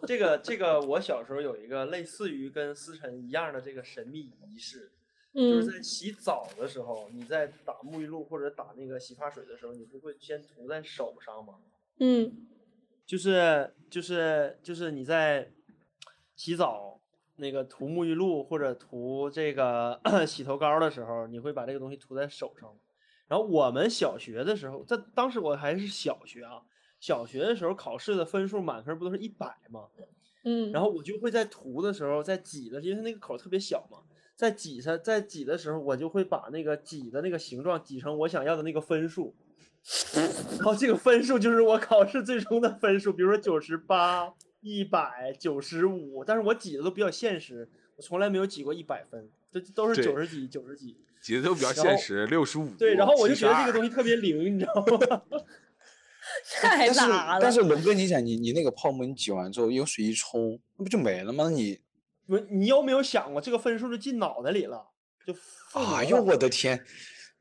这个这个，我小时候有一个类似于跟思辰一样的这个神秘仪式，就是嗯，在洗澡的时候，你在打沐浴露或者打那个洗发水的时候，你不会先涂在手上吗？嗯，就是就是就是你在洗澡那个涂沐浴露或者涂这个 洗头膏的时候，你会把这个东西涂在手上吗。然后我们小学的时候，在当时我还是小学啊，小学的时候考试的分数满分不都是一百吗？嗯，然后我就会在涂的时候，在挤的，因为它那个口儿特别小嘛，在挤它，在挤的时候，我就会把那个挤的那个形状挤成我想要的那个分数， 然后这个分数就是我考试最终的分数，比如说九十八、一百、九十五，但是我挤的都比较现实，我从来没有挤过一百分，这都是对九十几、九十几。挤的都比较然现后实，六十五。对，然后我就觉得这个西。东西特别灵，你知道吗？ 太但是大了。但是龙哥，你想你你那个泡沫你挤完之后用水一冲，那不就没了吗？你不是，你有没有想过这个分数就进脑袋里了，就附哎着呦了我的天，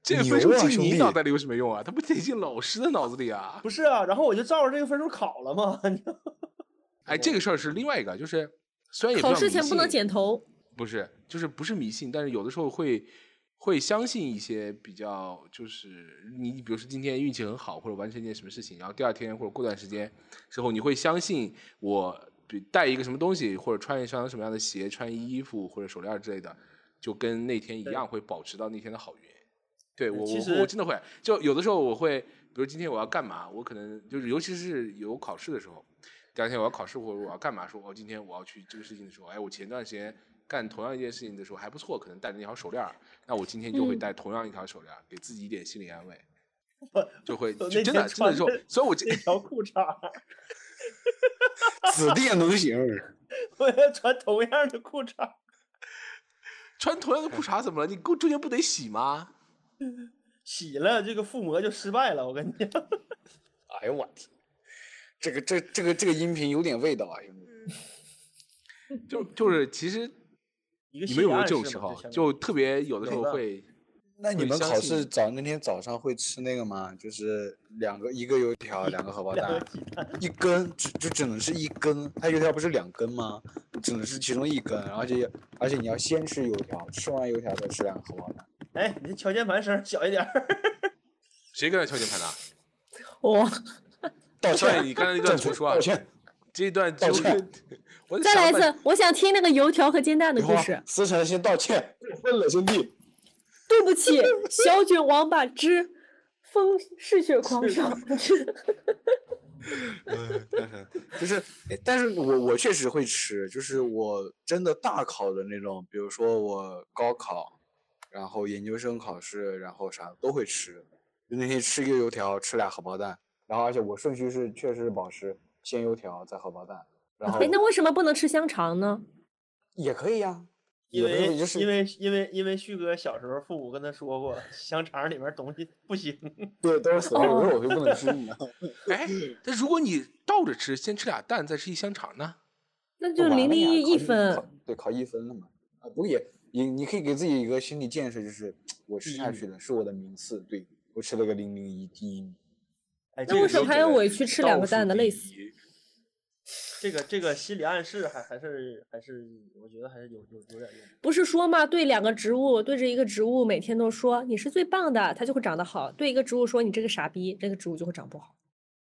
这牛分数啊进兄你弟脑袋里有什么用啊？它不得进老师的脑子里啊？不是啊，然后我就照着这个分数考了嘛， 你知道吗哎，这个事儿是另外一个，就是虽然也考叫试迷前不能信剪头，不是，就是不是迷信，但是有的时候会会相信一些比较，就是你比如说今天运气很好，或者完成一件什么事情，然后第二天或者过段时间之后，你会相信我，比带一个什么东西，或者穿一双什么样的鞋、穿衣服或者手链之类的，就跟那天一样，会保持到那天的好运。对我，其我实会我真的会，就有的时候我会，比如今天我要干嘛，我可能就是尤其是有考试的时候，第二天我要考试或者我要干嘛，说哦，今天我要去这个事情的时候，哎，我前段时间干同样一件事情的时候还不错，可能戴着那条手链儿，那我今天就会嗯戴同样一条手链儿，给自己一点心 理安慰，我就会我就那真的天真的穿时候的，所以我这这条裤衩儿，此地能 行。我要穿同样的裤衩儿，穿同样的裤衩怎么了？你给我中间不得洗吗？洗了这个覆膜就失败了。我跟你讲，哎呦我天，这个这这个这个音频有点味道啊，兄弟。就就是其实一个你们有没有这心理种暗示时嘛候就相，就特别有的时有候的会那你会们相考信试早那天早上会吃那个吗？就是两个一个油条，两个荷包当于蛋，一根只就只能是一根，它油条不是两根吗？只能是其中一根，而且而且你要先吃油条，吃完油条再吃两个荷包蛋。哎，你这敲键盘声儿小一点儿，谁跟他敲 键盘的？哇，道对，歉，你刚才那正段怎确么说啊道？歉。这一段道就是歉， 我在再想来一半次，我想听那个油条和煎蛋的等会故儿 事。思成先道歉，认了兄弟。对不起，小卷王八之风嗜血狂是烧吧。就是，诶但是我我确实会吃，就是我真的大考的那种，比如说我高考，然后研究生考试，然后啥都会吃，就那天吃一个油条，吃俩荷包蛋，然后而且我顺序是确实是保持先油条再荷包蛋，然后哎，那为什么不能吃香肠呢？也可以呀、因也可为以就是因为因为因为旭哥小时候父母跟他说过，香肠里面东西不行。对都是死人哦肉，就不能吃，你知道吗？ 哎，但如果你倒着吃，先吃俩蛋，再吃一香肠呢？那 就完零了零呀一考一考分。对，考一分了嘛。啊，不过也也，你可以给自己一个心理建设，就是我吃下嗯去的是我的名次，对我吃了个零零一第一名。哎，这那个为什有么还这要个委屈吃两个蛋的？累死？这个这个心理暗示还还是还是，我觉得还是有有有点用。不是说嘛，对两个植物，对着一个植物，每天都说你是最棒的，它就会长得好；对一个植物说你这个傻逼，这个植物就会长不好。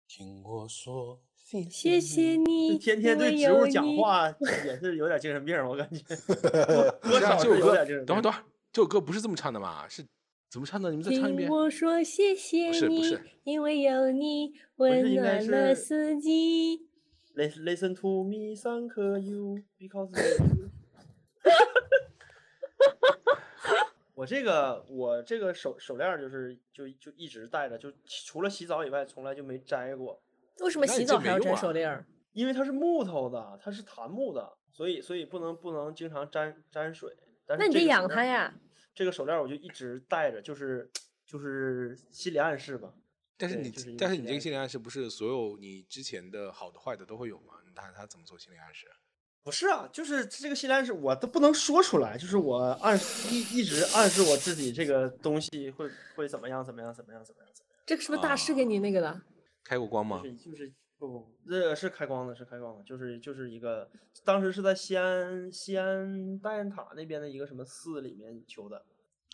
听我说，谢谢这你，天天因对为植物有讲你。话也是有点精神病儿，我感 觉不多是啊少这是首有歌点精神病等会儿儿。等会儿，这首歌不是这么唱的嘛？是怎么唱的？你们再唱一听遍。我说谢谢是不你是，因为有你是温应该暖了是四季。 Listen listen to me, thank you because of you 我这个我这个手手链儿就是就就一直戴着，就除了洗澡以外，从来就没摘过。为什么那洗你澡这还没要用摘啊手链儿？因为它是木头的，它是檀木的，所以所以不能不能经常沾沾水。但是那你这得个手养链它儿。呀。这个手链儿我就一直戴着，就是就是心理暗示吧。但是对你就是一这个但是心你理这暗个心理暗示不是所有你之前的好的坏的都会有吗？你看他怎么做心理暗示？不是啊，就是这个心理暗示我都不能说出来，就是我暗示一一直暗示我自己这个东西会会怎么样怎么样怎么样怎么样，怎么这个是不是大师给啊你那个的？开过光吗？样就是就是不不不，这是开光的，是开光的，就是就是一个当时是在西安西安大雁塔那边的一个什么寺里面求的，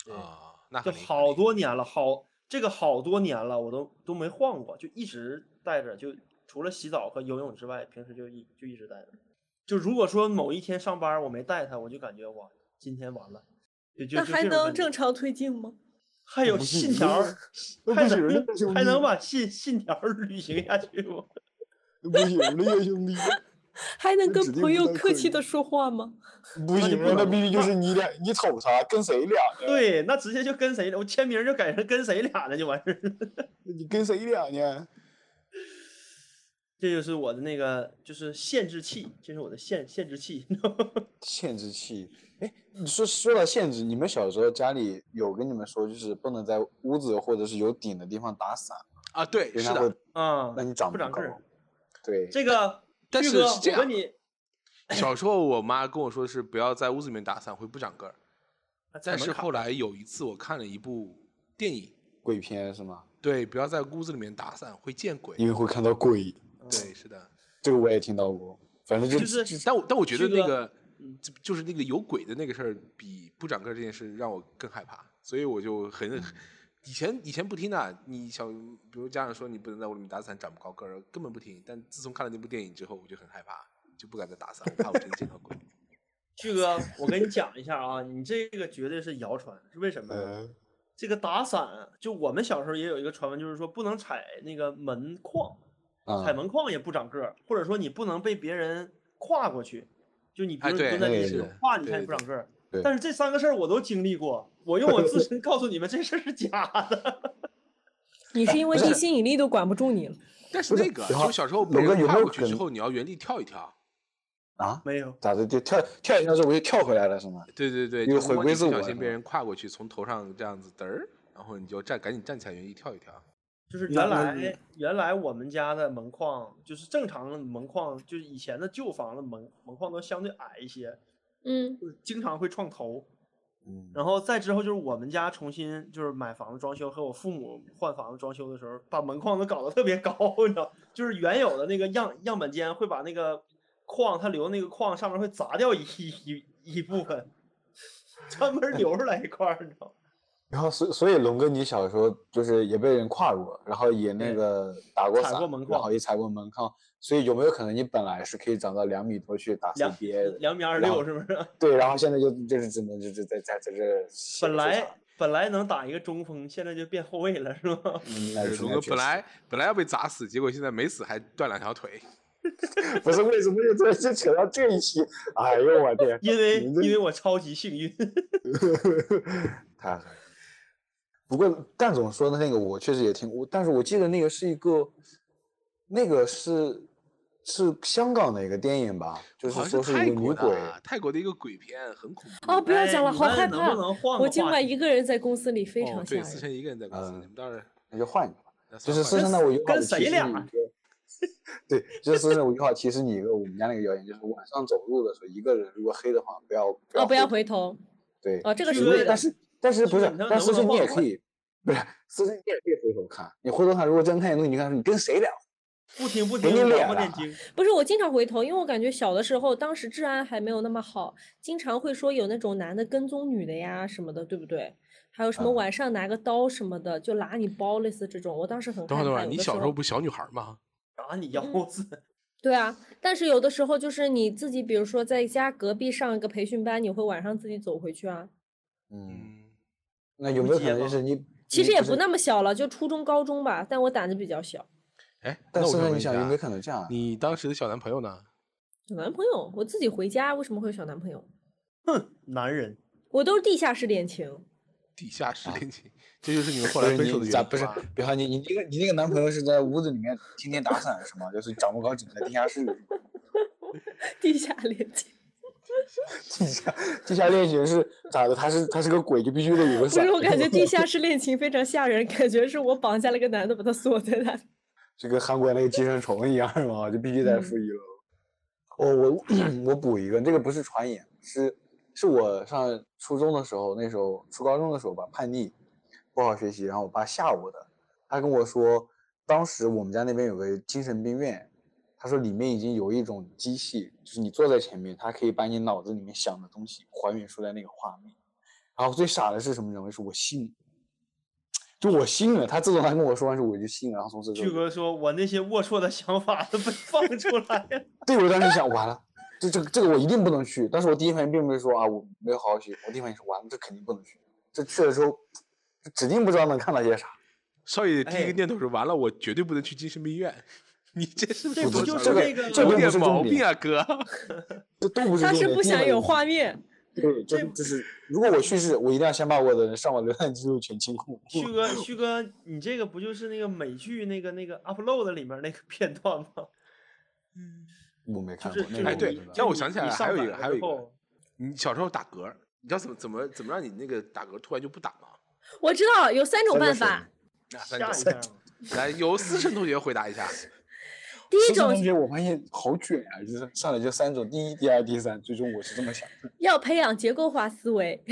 对啊，那就很厉害好多年了，好这个好多年了，我都都没换过，就一直带着，就除了洗澡和游泳之外，平时就一就一直带着。就如果说某一天上班我没带它，我就感觉哇，今天完了。就就那就还这种能感觉正常推进吗？还有不是信不条是儿， 那还不是能那不是还不能是把信信条儿履行下去吗？ 不行了呀，兄弟，还能那跟指定朋不友太客可气以的说话吗？不那就行不了，那能必须就是你俩，你瞅啥跟谁俩呢？对，那直接就跟谁，我签名儿就改成跟谁俩的就完事儿了。 你跟谁俩呢？这就是我的那个，就是限制器，这是我的限限制器， 你知道吗？限制器。哎，你说说到限制，你们小时候家里有跟你们说，就是不能在屋子或者是有顶的地方打伞，啊，对，因为是它的会，啊、让你长不长个高儿。对，这个，但旭是哥是这我跟样你，小时候我妈跟我说是不要在屋子里面打伞，会不长个儿。啊踩但门是槛后儿来有一次我看了一部电影，鬼片是吗？对，不要在屋子里面打伞，会见鬼。因为会看到鬼，嗯对，是的。这个我也听到过。反正就 就是但我但我觉得这那个个嗯就就是那个有鬼的那个事儿，比不长个儿这件事让我更害怕，所以我就很嗯以前以前不听的，你小比如家长说你不能在屋里面打伞，长不高个儿，根本不听。但自从看了那部电影之后，我就很害怕，就不敢再打伞，我怕我真见到 鬼。巨哥，我跟你讲一下啊，你这个绝对是谣传，是为什么呢？嗯这个打伞，就我们小时候也有一个传闻，就是说不能踩那个门框，踩啊，门框也不长个儿，或者说你不能被别人跨过去，就你比哎如对蹲在那地个上是跨你看对也不长个儿对。但是这三个事儿我都经历过，我用我自身告诉你们，这事儿是假的。 你是 因为不地是心引力都管不住你了。但是不是那个，然后就小时候被龙哥人有跨没有过去可之能后，你要原地跳一跳。啊，没有，咋的？就跳跳一下之后我就跳回来了是吗？对对对，一个就是回摸归你自不小我心是被吧人跨过去，从头上这样子嘚儿，然后你就站，赶紧站起来，原地跳一跳。就是那原那来原来我们家的门框，就是正常的门框，就是以前的旧房的门门框都相对矮一些，嗯，就是经常会撞头。嗯，然后再之后就是我们家重新就是买房子装修和我父母换房子装修的时候，把门框都搞得特别高，你知道，就是原有的那个样样板间会把那个框，它留那个框上面会砸掉一一一部分，专门留出来一块儿，你知道吗。然后所以所以龙哥，你小时候就是也被人跨过，然后也那对个打过踩伞，过门然框后也踩过门框，所以有没有可能你本来是可以长到两米多去打 CBA 的？两米二然后六是不是？对，然后现在就就是只能就就在在在这写本个说来啥本来能打一个中锋，现在就变后卫了，是吗？嗯那是是龙那哥确本实来本来要被砸死，结果现在没死还断两条腿。不是为什么又这这扯到这一期？哎呦我天，因为你这因为我超级幸运， 太狠了。不过蛋总说的那个我确实也听过，但是我记得那个是一个，那个是是香港的一个电影吧，就好是说像是是泰一个女国的鬼。啊，泰国的一个鬼片，很恐怖。哦，不要哎讲了，你好们害能怕不。能换我个今话晚题一个人在公司里非哦常吓对，思人。辰一个人在公司，你们倒是那就换一个吧。嗯那就算是思换一个辰呢，我有跟好谁奇是俩你啊一个，对，就是思辰，我有好奇是你一个我们家那个谣言，就是晚上走路的时候，一个人如果黑的话，不要哦，不要回回头。头。对，哦，这个去是问对人的但。是但是不就是你能，但能是不能你也换可以，不是，思辰你也可以回头看，你回头看，如果真看见东西，你看你跟谁聊？不听不给听，你老脸不了念经。不是，我经常回头，因为我感觉小的时候，当时治安还没有那么好，经常会说有那种男的跟踪女的呀什么的，对不对？还有什么嗯晚上拿个刀什么的，就拉你包，类似这种。我当时很等会害儿等会怕儿，有你的小时候不是小女孩吗？打你腰嗯子，对啊，但是有的时候就是你自己，比如说在家隔壁上一个培训班，你会晚上自己走回去啊。嗯，嗯，那有不没有可接嗯能就吗是你？其实也不是那么小了，就初中、高中吧，但我胆子比较小。哎，但那我思想辰，问你一想有没有可下，能这样啊？你当时的小男朋友呢？有男朋友，我自己回家为什么会有小男朋友？哼，男人。我都是地下室恋情。 地下室恋情，这就是你们后啊不来是分你手的啊咋原不因是吗？？比方你你那个你那个男朋友是在屋子里面天天打伞是吗？就是长不高，只能在地下室里。地下恋情， 地下地下恋情是咋的？他是他是个鬼，就必须得有个不是啊伞。我感觉地 下室恋情非常吓人，感觉是我绑架了个男的，把他锁在那里。就跟韩国那个寄生虫一样是吗？就必须在嗯负一楼。哦，我 我补一个，这个不是传言，是是我上初中的时候，那时候初高中的时候吧，叛逆，不好学习，然后我爸吓我的。他跟我说，当时我们家那边有个精神病院，他说里面已经有一种机器，就是你坐在前面，它可以把你脑子里面想的东西还原出来那个画面。然后最傻的是什么？你知道吗？是我信，就我信了。他自从他跟我说完之后，我就信了。然后从此之后巨哥说：“我那些龌龊的想法都被放 出来了。对，我当时想完了，这这个这个我一定不能去。但是我第一反应并不是说啊我没有好好学，我第一反应是完了，这肯定不能去。这去了之后，这指定不知道能看到些啥。少爷第一哎个念头是完了，我绝对不能去精神病院。你这是这多不多就少是有那点个这有个不点是毛重病点，啊，哥。 这都不是他重是点。不第一想反有应画面，对，这这就是如果我去世，我一定要先把我的上网浏览记录全清空”。旭哥，旭哥，你这个不就是那个美剧那个那个 Upload 里面那个片段吗？我没看就过是，那就个是我哎对不知你道那我你想你起来了还上有一载个了还有之一个后你小时候打嗝，你知道怎么怎么怎么让你那个打嗝突然就不打吗？我知道有三种三个办手法。那三吓种一下吗？来由思辰同学回答一下。第一其实种同学，我发现好卷啊！就是上来就三种，第一、第二、第三，最终我是这么想的。要培养结构化思维，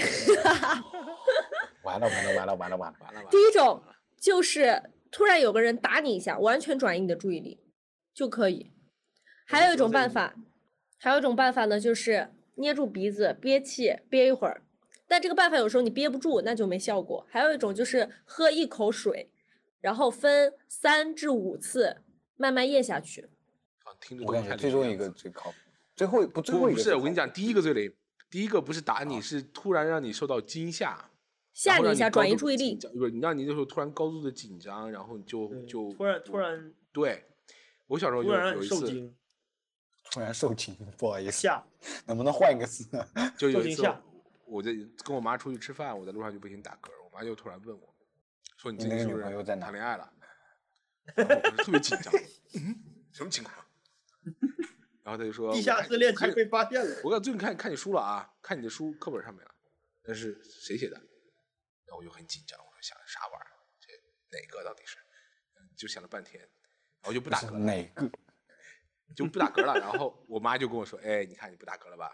完了完了完了完了完了！完了完 了，第一种就是突然有个人打你一下，完全转移你的注意力就可以。还有一种办法，还有一种办法呢，就是捏住鼻子憋气憋一会儿，但这个办法有时候你憋不住，那就没效果。还有一种就是喝一口水，然后分三至五次慢慢咽下去。啊，听着我都感太觉离最谱终了一个最靠谱，最后不最不后一不个啊是，最我跟你靠讲，第一个最雷，第一个不是打你，是突然让你受到惊吓，吓然你后让一你下，高转移度注意紧力。张不是，你让你那时候突然高度的紧张，然后你就对就突然突然对，我小时候突有然让有你一受次，惊谱突然受惊，不好意思，吓，能不能换一个词？就受有一惊次吓我在跟我妈出去吃饭，我在路上就不停打嗝，我妈就突然问我，说你你最近那是个不女是朋友在哪谈恋爱了？然后我就特别紧张，嗯，什么情况？ 然后她就说地下呃我看室恋我看情被发现了。我看最近看看你书了啊，看你的书课本上面了，那是谁写的？然后我就很紧张，我说想啥玩意儿？这哪个到底是？嗯就想了半天，然后就不打是嗝了，哪个？就不打嗝了。然后我妈就跟我说：“哎，你看你不打嗝了吧？”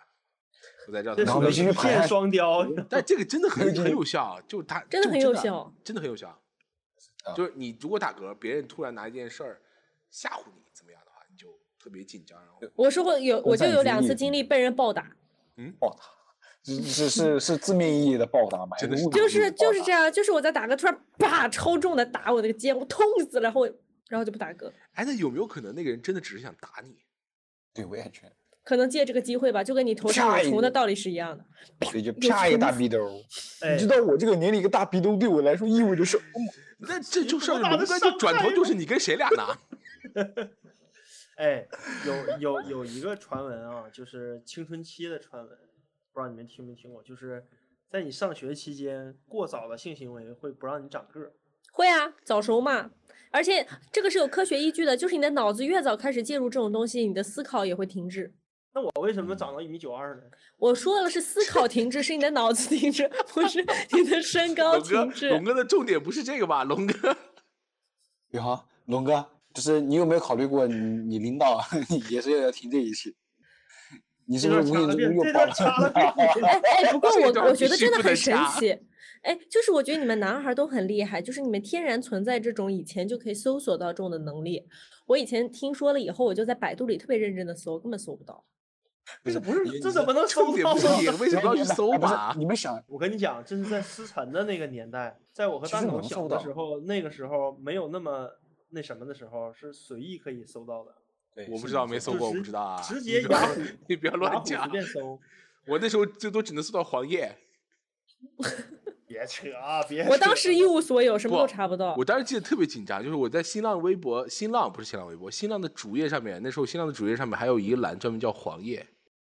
我才知道这是她然后说不的没是是进一去嗯爬箭山双雕，但这个真的很很有效，啊就他真的就很有效，真的很有效啊。就是你如果打嗝，别人突然拿一件事儿吓唬你，怎么样的话，你就特别紧张，然后呃我说过有，我就分散有注两意次力经历被人暴打，暴打？是是是是字面意义的暴打吗？还真的是物理就意义是的就暴是打这样，就是我在打嗝，突然啪超重的打我那个肩，我痛死了，然后我然后就不打嗝。哎，那有没有可能那个人真的只是想打你？对，我也觉得，可能借这个机会吧，就跟你头上啪有一虫的个道理是一样的。所以就有啪一个虫大子逼兜。哎你知，道我这个年龄一个大逼兜对我来说意味着什么吗？那这你就多是大的龙哥，就伤转害头就呀是你跟谁俩呢？哎，有有有一个传闻啊，就是青春期的传闻，不知道你们听没听过？就是在你上学期间，过早的性行为会不让你长个儿。会啊，早熟嘛，而且这个是有科学依据的，就是你的脑子越早开始介入这种东西，你的思考也会停滞。那我为什么嗯长到一米九二呢？我说的是思考停滞，是你的脑子停滞，不是你的身高龙哥停，滞龙。哥的重点不是这个吧？龙哥，宇航，龙哥，就是你有没有考虑过你你领导 也是要听这一期？你是这不是段无掐形了之遍，中这段掐又暴露了？了遍。 哎哎，不过这我段我觉必得须真的不能很神掐奇，哎，就是我觉得你们男孩都很厉害，就是你们天然存在这种以前就可以搜索到这种的能力。我以前听说了以后，我就在百度里特别认真的搜，根本搜不到。这个不是，这你怎么能重收点到不呢？是你，为什么 要去哎搜不是吧？你们想，我跟你讲，这是在思辰的那个年代，在我和其大实狗能小搜的到时候，那个时候没有那么那什么的时候，是随意可以搜到的，对我不是知道，你没说搜就过，我直不知道啊。直你接不要雅虎你不要雅 乱虎随讲。便 搜。我那时候最多只能搜到黄页，别扯啊！别扯，我当时一无所有，什么哎不都查不到我。当时记得特别紧张，就是我在新浪微博、新浪不是新浪微博，新浪的主页上面，那时候新浪的主页上面还有一个栏专门叫黄页，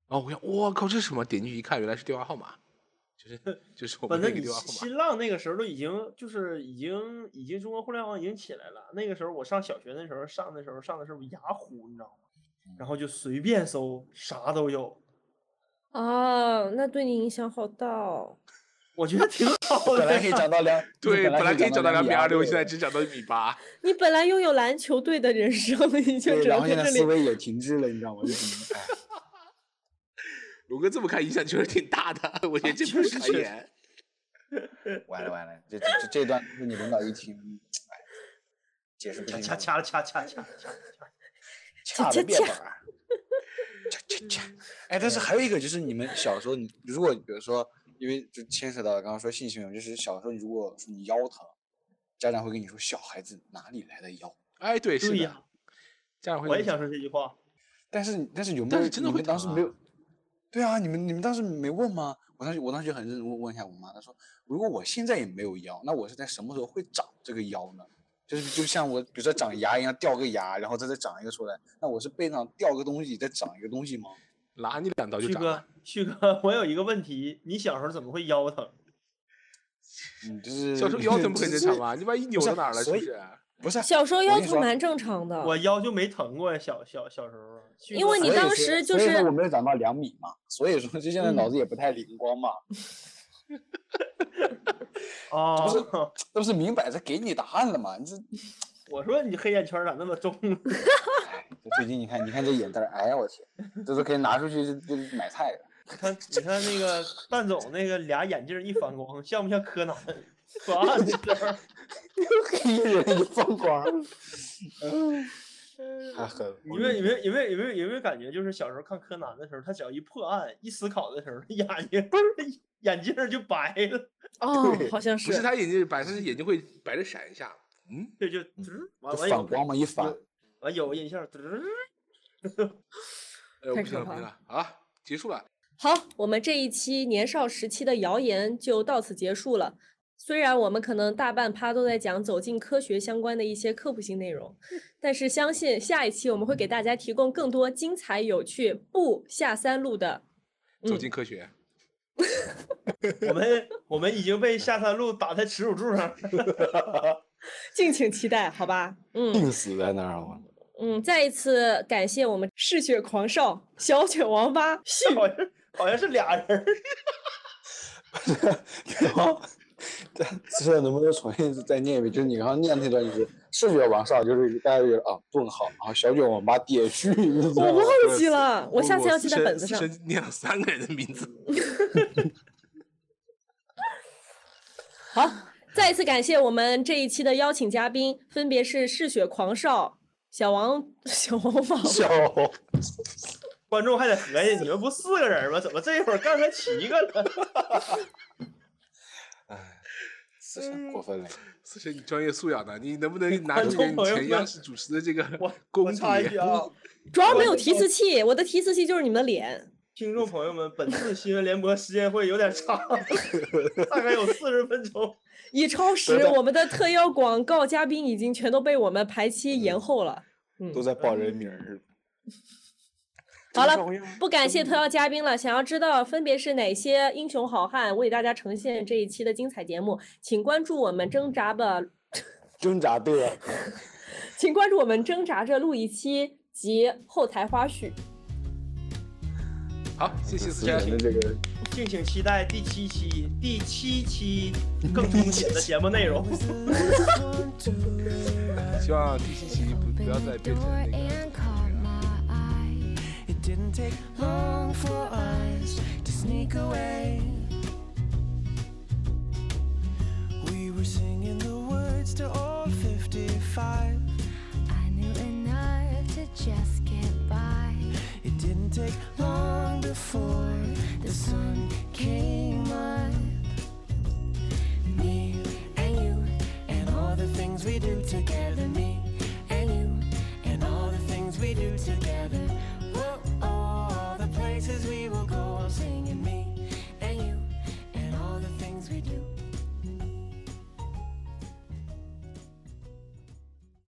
然后我想，我靠，这是什么？点进去一看，原来是电话号码，就是就是我反们那正个你电话号新码。新浪那个时候都已经就是已经已经中国互联网已经起来了。那个时候我上小学那时候上的时候上的是雅虎，你知道吗？然后就随便搜，啥都有，哦，那对你影响好大哦。我觉得挺 好本的来可以呀。长到两，对，本来可以长长到两米米二六，对现在只长到一米八。你本来拥有篮球队的人生，你就对，只然能后在现在这思里。维也停滞了，你知道吗？就 只能哎，鲁哥这么看影响确实挺大的， 我觉得这不是传言。完了完了，这这这这段被你领导一听，哎，解释不掐 掐清楚，掐了掐掐掐掐，掐掐的变掐本儿。恰恰恰。哎，但是还有一个就是你们小时候你，如果比如说，因为就牵扯到刚刚说性行为，就是小时候你如果说你腰疼，家长会跟你说小孩子哪里来的腰？哎，对，是对的呀。家长会，我也想说这句话。但是但是有没有？但是真的你会们当时疼没有啊？对啊，你们你们当时没问吗？我当时我当时就很认真问问一下我妈，她说如果我现在也没有腰，那我是在什么时候会长这个腰呢？就是就像我比如说长牙一样掉个牙，然后再再长一个出来，那我是背上掉个东西再长一个东西吗？拉你两刀就旭长哥了。，旭哥，我有一个问题，你小时候怎么会腰疼？嗯，就是小时候腰疼不很正常？就是啊吗？你万一扭是到哪儿了，是所不以是？啊不是小时候我腰跟你疼说蛮正常的， 我腰就没疼过呀，小小小时候啊。旭因哥为你所以当说时所就以是嗯说我没有长到两米嘛，所以说就现在脑子也不太灵光嘛，啊，是这不是明摆着给你答案了嘛？你 这我说你黑眼圈咋那么重？啊哎，这最近你看，你看这眼袋儿，哎呀我天，这都可以拿出去就就买菜了。你看，你看那 个蛋总那个俩眼镜一反光，像不像柯南？ 啊破案的时候，黑人一放光，还很你们有没有有没有有没有有没有感觉，就是小时候看柯南的时候，他只要一破案、一思考的时候， 眼睛 眼镜儿就白了，哦对，好像不是他眼睛白，他是眼睛会白着闪一下。嗯，对，就滋完完就反有光嘛，一反有完有个音效，滋哎呦，太不行可怕了，不行了，啊，结束了。好，我们这一期年少时期的谣言就到此结束了。虽然我们可能大半趴都在讲走进科学相关的一些科普性内容，嗯 但是相信下一期我们会给大家提供更多精彩有趣、不下三路的。 走嗯进科学，我们我们已经被下三路打在耻辱柱上了。敬请期待，好吧？嗯定死在那儿了。嗯，再一次感谢我们嗜血狂少、小犬王 八、这好像好像是俩人儿，然后，这这能不能重新再念一遍？就是你刚刚念那段，就是视觉往上，就是大家觉得啊顿号，然后小卷往八点去，你知我道吗？忘记了，我下次要记在自身本子自上。身念了三个人的名字。好，再一次感谢我们这一期的邀请嘉宾，分别是嗜血狂少、小王、小王宝、小观众还得合计，你们不四个人儿吗？怎么这会儿干成七个了？死神过分了，自身专业素养呢？你能不能拿观出众点你朋友前们央视主持的这个我功我底？插一句啊，主要没有提词器，我的提词器就是你们的脸。听众朋友们，本次新闻联播时间会有点长，大概有四十分钟。已超时，的我们的特邀广告嘉宾已经全都被我们排期延后了。都在报人名儿。好了，不感谢特邀嘉宾了。想要知道分别是哪些英雄好汉为大家呈现这一期的精彩节目，请关注我们挣扎吧挣扎对了，请关注我们挣扎着录一期及后台花絮。好，谢谢思死山，神的这个敬请期待第七期、第七期更充血的节目内容。希望第七期不不要再变成那个。 It didn't take long for us to sneak away. We were singing the words to all 55. I knew enough to just